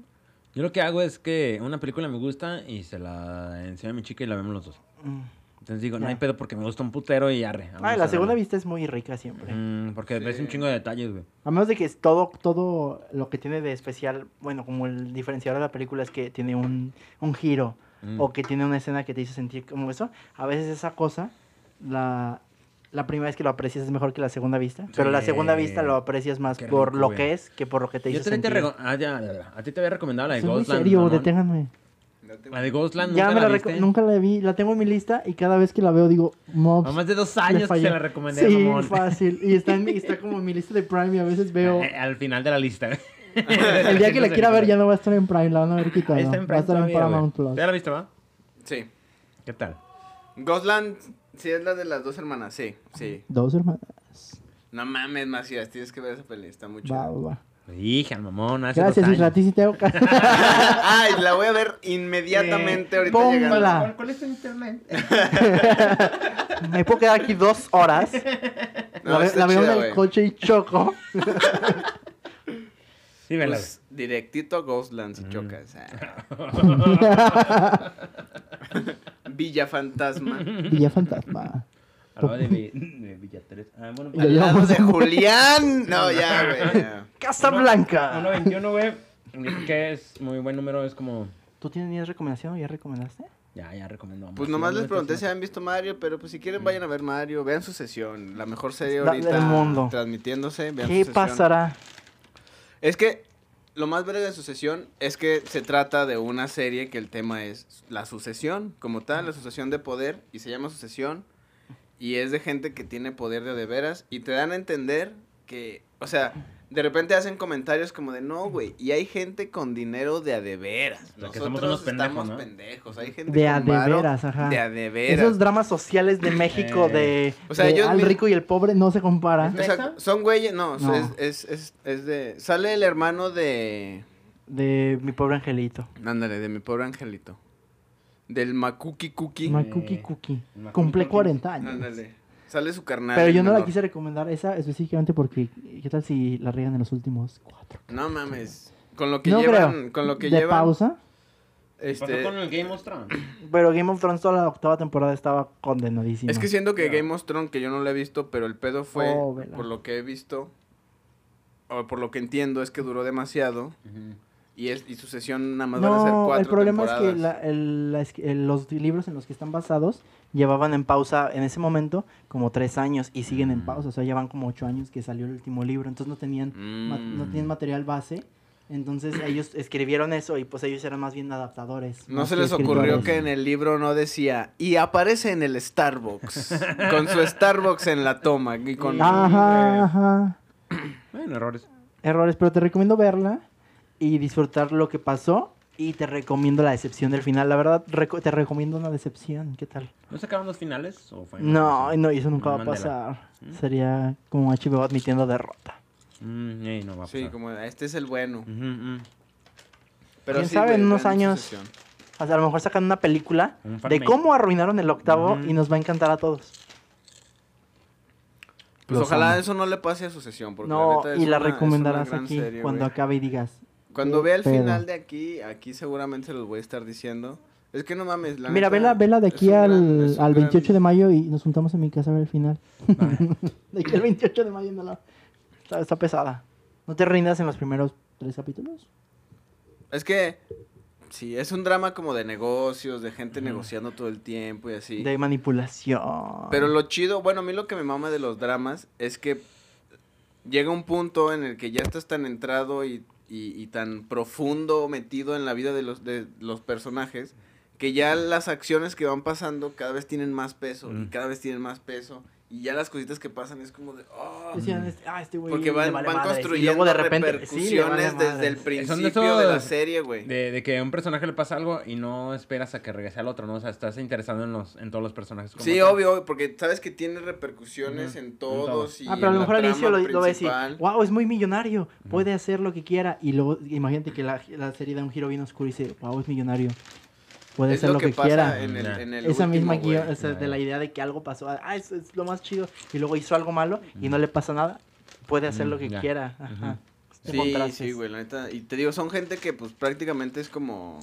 B: Yo lo que hago es que una película me gusta y se la enseño a mi chica y la vemos los dos.
D: mm".
B: Entonces digo, no
D: Ya.
B: hay pedo porque me gusta un putero y arre. vamos
D: Ah,
B: a
D: la segunda
B: darle.
D: vista es muy rica siempre.
B: Mm, porque
C: Sí.
B: ves un chingo de detalles, güey.
D: A menos de que es todo, todo lo que tiene de especial, bueno, como el diferenciador de la película es que tiene un, un giro
B: Mm.
D: o que tiene una escena que te hizo sentir como eso. A veces esa cosa, la, la primera vez que lo aprecias es mejor que la segunda vista, pero la segunda
B: Sí.
D: vista lo aprecias más
B: Qué
D: por
B: rico,
D: lo
B: güey.
D: que es que por lo que te
B: Yo
D: hizo
B: también te
D: sentir.
B: reco- ah, ya, ya, ya. A ti te había recomendado la de
D: Soy muy
B: Ghostland.
D: serio,
B: ¿no?
D: deténganme.
B: La de Ghostland nunca
D: Ya me
B: la,
D: la reco-
B: viste.
D: nunca la vi, la tengo en mi lista y cada vez que la veo digo,
B: A
D: mobs.
B: más de dos
D: le
B: años que
D: fallé".
B: se la recomendé,
D: Sí,
B: mamón.
D: fácil. Y está, en mi- está como en mi lista de Prime y a veces veo...
B: Eh, Al final de la lista.
D: El día que la quiera ver ya no va a estar en Prime, la van a haber quitado.
B: Ahí está en
D: va a
B: Prime
D: estar en
B: todavía,
D: Paramount
B: güey.
D: Plus.
B: ¿Ya la viste, va?
C: Sí.
B: ¿Qué tal?
C: Gosland, sí es la de las dos hermanas, sí, sí.
D: Dos hermanas.
C: No mames, Macías, tienes que ver esa peli, está muy
D: Va,
C: chida.
D: va, va.
B: Hija, mamón, hace dos
D: Gracias,
B: años.
D: Isla, a ti sí te hago caso.
C: Ay, la voy a ver inmediatamente
D: Eh,
C: ahorita
D: póngala.
C: llegando.
D: ¿Cuál-
B: es tu internet?
D: Me puedo quedar aquí dos horas. la
C: No,
D: ve-
C: está
D: la veo
C: chida,
D: en
C: güey.
D: el coche y choco.
B: Sí, vela.
C: Pues, directito a Ghostland si chocas. Ah. Villa Fantasma.
D: Villa Fantasma.
B: Hablaba de,
D: pues,
B: vi- de Villa Teresa. Ah, bueno,
D: Ya
C: Al
B: pues,
C: lado
D: llevamos
C: de
D: una-
C: Julián. No, ya, güey. ya.
D: Casa
B: Ah.
D: Blanca.
B: 1.21, güey. Dicen que es muy buen número, es como...
D: ¿Tú tienes recomendación o ya recomendaste?
B: Ya, ya recomendamos.
C: Pues nomás les pregunté si habían visto Mario, pero pues si quieren vayan a ver Mario, vean su sesión, la mejor serie
D: La-
C: ahorita
D: del mundo.
C: transmitiéndose, vean
D: ¿Qué
C: Sucesión.
D: pasará?
C: Es que lo más verga de Sucesión es que se trata de una serie que el tema es la sucesión, como tal, la sucesión de poder, y se llama Sucesión, y es de gente que tiene poder de de veras, y te dan a entender que, o sea, de repente hacen comentarios como de, no, güey, y hay gente con dinero de a de veras.
B: sea,
C: Nosotros
B: que somos unos pendejos,
C: estamos
B: ¿no?
C: pendejos, hay gente
D: De
C: con
D: a de
C: varo
D: veras, ajá.
C: De a de veras.
D: Esos dramas sociales de México
B: Eh,
D: de,
C: o sea,
D: de
C: ellos
D: al
C: mi-
D: rico y el pobre no se compara.
C: O sea, son güeyes, no,
D: No.
C: Es, es, es, es de... Sale el hermano de...
D: De mi pobre angelito.
C: Ándale, de mi pobre angelito. Del Makuki Kuki.
D: My Cookie Cookie.
B: Macaulay
D: Cumple
B: Culkin.
D: 40 años.
C: Ándale. Sale su carnal.
D: Pero
C: el
D: yo no la
C: menor.
D: quise recomendar esa específicamente porque ¿qué tal si la riegan en los últimos cuatro?
C: No mames. Con lo que
D: no
C: llevan,
D: creo.
C: con lo que
D: de
C: llevan.
D: pausa.
C: Este,
B: con el Game of Thrones?
D: Pero Game of Thrones toda la octava temporada estaba condenadísima.
C: es que siento que
B: Ya.
C: Game of Thrones, que yo no lo he visto, pero el pedo fue,
D: Oh, vela.
C: por lo que he visto, o por lo que entiendo, es que duró demasiado y, es, y su sesión nada más van a ser
D: No,
C: cuatro
D: el problema es que
C: temporadas.
D: la- el- la es- el- los libros en los que están basados llevaban en pausa en ese momento como tres años y siguen en
B: Mm.
D: pausa. O sea, ya van como ocho años que salió el último libro. Entonces no tenían, ma- no
C: Mm.
D: tenían material base. Entonces ellos escribieron eso y pues ellos eran más bien adaptadores.
C: No
D: más
C: se
D: que
C: les ocurrió
D: escritores.
C: que en el libro no decía, y aparece en el Starbucks, con su Starbucks en la toma. Y con...
D: Ah, Ajá, ajá.
B: Bueno, errores.
D: Errores, pero te recomiendo verla y disfrutar lo que pasó. Y te recomiendo la decepción del final. La verdad, reco- te recomiendo una decepción. ¿Qué tal?
B: ¿No sacaron los finales? ¿O fue
D: No, no, y eso nunca va a
B: Mandela.
D: pasar.
B: pues, ¿Mm?
D: Sería como HBO admitiendo derrota.
B: Mm, ey, no va a pasar.
C: Sí, como este es el bueno.
B: Ujú, mm.
C: Pero
D: ¿Quién
C: sí,
D: sabe?
C: ve-
D: En
C: vean
D: unos
C: su
D: años.
C: sesión.
D: O sea, a lo mejor sacan una película
B: Un
D: de
B: fanmade.
D: cómo arruinaron el octavo
B: Ujú.
D: y nos va a encantar a todos.
C: Pues
D: Los
C: ojalá
D: amo.
C: eso no le pase a su sesión. Porque
D: no,
C: neta es
D: y
C: una-
D: la
C: es una
D: recomendarás
C: gran
D: aquí
C: serie,
D: cuando
C: güey.
D: acabe y digas.
C: Cuando
D: qué
C: vea el
D: pedo.
C: final de aquí, aquí seguramente se los voy a estar diciendo. Es que no mames. La
D: Mira,
C: neta,
D: vela, vela de
C: es
D: aquí
C: un
D: al,
C: gran- es un
D: al
C: gran-
D: 28 de mayo y nos juntamos en mi casa a ver el final.
B: Vale.
D: De aquí al 28 de mayo no la... está, está pesada. No te rindas en los primeros tres capítulos.
C: Es que. Sí, es un drama como de negocios, de gente
B: Ujú.
C: negociando todo el tiempo y así.
D: De manipulación.
C: Pero lo chido, bueno, a mí lo que me mama de los dramas es que llega un punto en el que ya estás tan entrado y, y- y tan profundo metido en la vida de los, de los personajes que ya las acciones que van pasando cada vez tienen más peso y
B: Mm.
C: cada vez tienen más peso y ya las cositas que pasan es como de... "Ah".
D: Decían, este- ah, este güey
C: Porque
D: le
C: van,
D: vale
C: van
D: madres,
C: construyendo
D: y luego de repente, sí, le vale
C: repercusiones desde el
D: madres.
B: Son de
C: principio de la
B: esos-
C: serie, güey.
B: De, de que a un personaje le pasa algo y no esperas a que regrese al otro, ¿no? O sea, estás interesado en, los, en todos los personajes. como
C: Sí,
B: tal.
C: obvio, obvio, porque sabes que tiene repercusiones
B: Ujú,
C: en
B: en todo.
C: todos y
D: Ah, pero a
C: en la
D: lo mejor al
C: trama
D: inicio lo, lo va a decir,
C: principal.
D: wow, es muy millonario, puede hacer lo que quiera. Y luego, imagínate que la, la serie da un giro bien oscuro y dice, wow, es millonario, puede
C: es
D: hacer lo, que,
C: pasa
D: quiera.
C: En el,
B: Nah.
C: en el
D: Esa
C: último,
D: misma
C: güey.
D: guía, o sea, de la idea de que algo pasó, ah, eso es lo más chido, y luego hizo algo malo y no le pasa nada, puede hacer
B: Mm,
D: lo que
B: ya.
D: quiera. Ajá. Este
C: Sí,
D: contraste
C: sí,
D: es-
C: güey, la neta. Y te digo, son gente que, pues, prácticamente es como...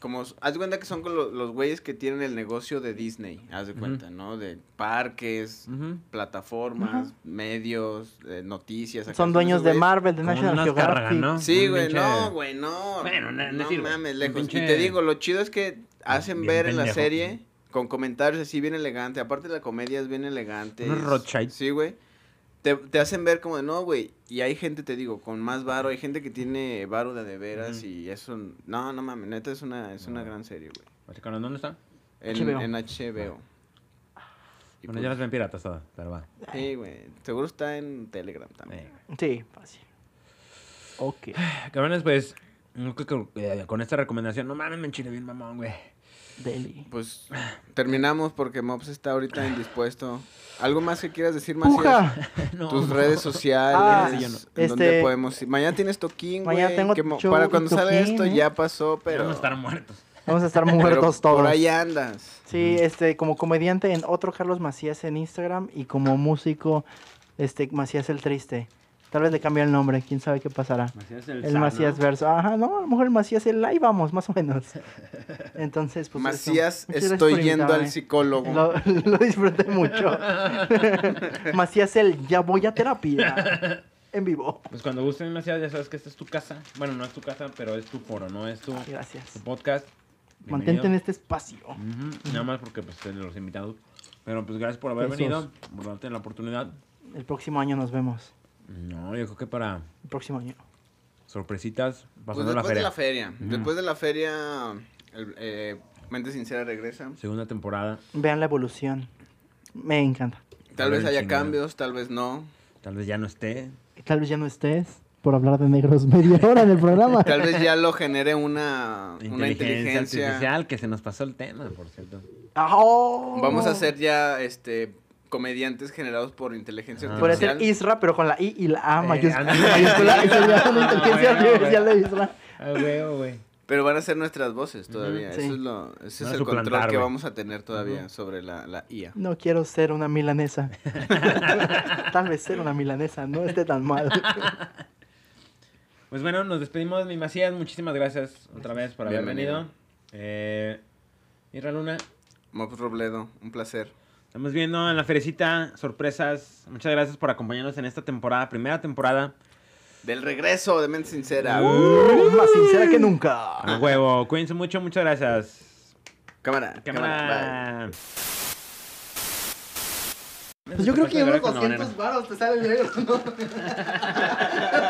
C: como haz de cuenta que son con lo- los güeyes que tienen el negocio de Disney, haz de
B: Ujú.
C: cuenta, ¿no? De parques,
B: Ujú.
C: plataformas, medios, eh, noticias. acá
D: Son dueños
C: esos
D: de
C: güeyes-
D: Marvel, de
B: Como
D: National
B: unas
D: Geographic.
B: cargas, ¿no?
C: Sí,
B: Un
C: güey,
B: pinche-
C: no, güey, no.
B: Bueno, no- no
C: no
B: sirve.
C: mames,
B: Un
C: lejos. Y
B: pinche-
C: te digo, lo chido es que hacen
B: Bien
C: ver en la
B: pendejo.
C: serie con comentarios así bien elegante. Aparte la comedia es bien elegante.
B: Unos
C: es-
B: Rothschild.
C: Sí, güey. Te, te hacen ver como de, no, güey. Y hay gente, te digo, con más varo. Hay gente que tiene varo de de veras
B: Ujú.
C: y eso... No, no mames, neta es una, es una
B: No.
C: gran serie, güey.
B: Así que, ¿Dónde está?
C: En
D: HBO.
C: HBO. En HBO. Y
B: Bueno,
C: pues,
B: ya las ven piratas todas, pero va.
C: Sí, güey. Seguro está en Telegram también.
B: Eh.
D: Sí, fácil. Ok.
B: Cabrones, pues, yo creo que, eh, con esta recomendación, no mames, me enchile bien mamón, güey.
D: Deli.
C: Pues terminamos porque Mops está ahorita indispuesto. ¿Algo más que quieras decir, Macías?
D: ¡Puja!
B: No.
C: Tus redes sociales,
D: Ah,
C: en
D: sí, yo
B: no.
C: donde
D: este-
C: podemos ir. Mañana tienes toquín, güey.
D: Mañana tengo
C: que mo-
D: show
C: para
D: y
C: cuando sale
D: toquín,
C: esto
D: ¿eh?
C: ya pasó, pero...
B: Vamos a estar muertos.
D: Vamos a estar
C: pero
D: muertos todos.
C: Por ahí andas.
D: Sí, este, como comediante en otro Carlos Macías en Instagram y como músico, este, Macías el Triste. Tal vez le cambie el nombre, quién sabe qué pasará.
B: Macías
D: El Macías Verso. Ajá, no, a lo mejor el Macías el ahí vamos, más o menos. Entonces, pues. eso.
C: Macías,
D: Muchas gracias
C: estoy
D: por
C: yendo al
D: invitarme.
C: psicólogo.
D: eh. Lo, lo disfruté mucho. Macías el ya voy a terapia. En vivo.
B: Pues cuando gusten, Macías, ya sabes que esta es tu casa. Bueno, no es tu casa, pero es tu foro, no es tu,
D: Ay, Gracias.
B: tu podcast.
D: Mantente en
B: Bienvenido.
D: este espacio.
B: Ujú, Nada más porque, pues, eres los invitados. Pero, pues, gracias por haber
D: Esos.
B: venido, por darte la oportunidad.
D: El próximo año nos vemos.
B: No, yo creo que para
D: El próximo año.
B: sorpresitas,
C: Pues
B: pasando
C: después
B: la
C: de
B: feria.
C: la feria. Después de la feria, el- eh, Mente Sincera regresa.
B: Segunda temporada,
D: Vean la evolución. Me encanta.
C: Tal vez
B: Bien
C: haya
B: chingón.
C: cambios, tal vez no.
B: tal vez ya no esté.
D: Tal vez ya no estés por hablar de negros media hora en el programa.
C: Tal vez ya lo genere una, una
B: inteligencia
C: inteligencia.
B: artificial, que se nos pasó el tema, por cierto.
D: Ah, oh.
C: Vamos a ser ya este comediantes generados por inteligencia
B: Ah.
D: Puede
C: artificial.
D: ser Isra, pero con la I y la A
B: Eh,
D: mayúscula.
B: ándale.
D: mayúscula, y sería una
B: Ah,
D: inteligencia
B: bueno,
D: artificial de Isra.
B: Ah, huevo, güey.
C: Pero van a ser nuestras voces todavía.
D: Ujú, sí.
C: Eso es lo, ese
B: Van
C: es
B: a
C: el
B: suplantar,
C: control que
B: güey.
C: vamos a tener todavía
B: Ujú.
C: sobre la, la IA.
D: No quiero ser una milanesa. Tal vez ser una milanesa no esté tan mal.
B: Pues bueno, nos despedimos, mi Macías. Muchísimas gracias otra vez por haber
C: Bienvenido.
B: venido. Eh, Irra Luna,
C: Mops Robledo, un placer.
B: estamos viendo en la ferecita sorpresas. Muchas gracias por acompañarnos en esta temporada, primera temporada.
C: Del regreso de Mente Sincera.
D: Uh, más sincera que nunca.
B: A huevo. Cuídense mucho, muchas gracias.
C: Cámara, cámara.
B: Cámara.
D: Pues yo creo que
B: Te
D: unos
B: con la
D: 200 baros te sale el negro, ¿no?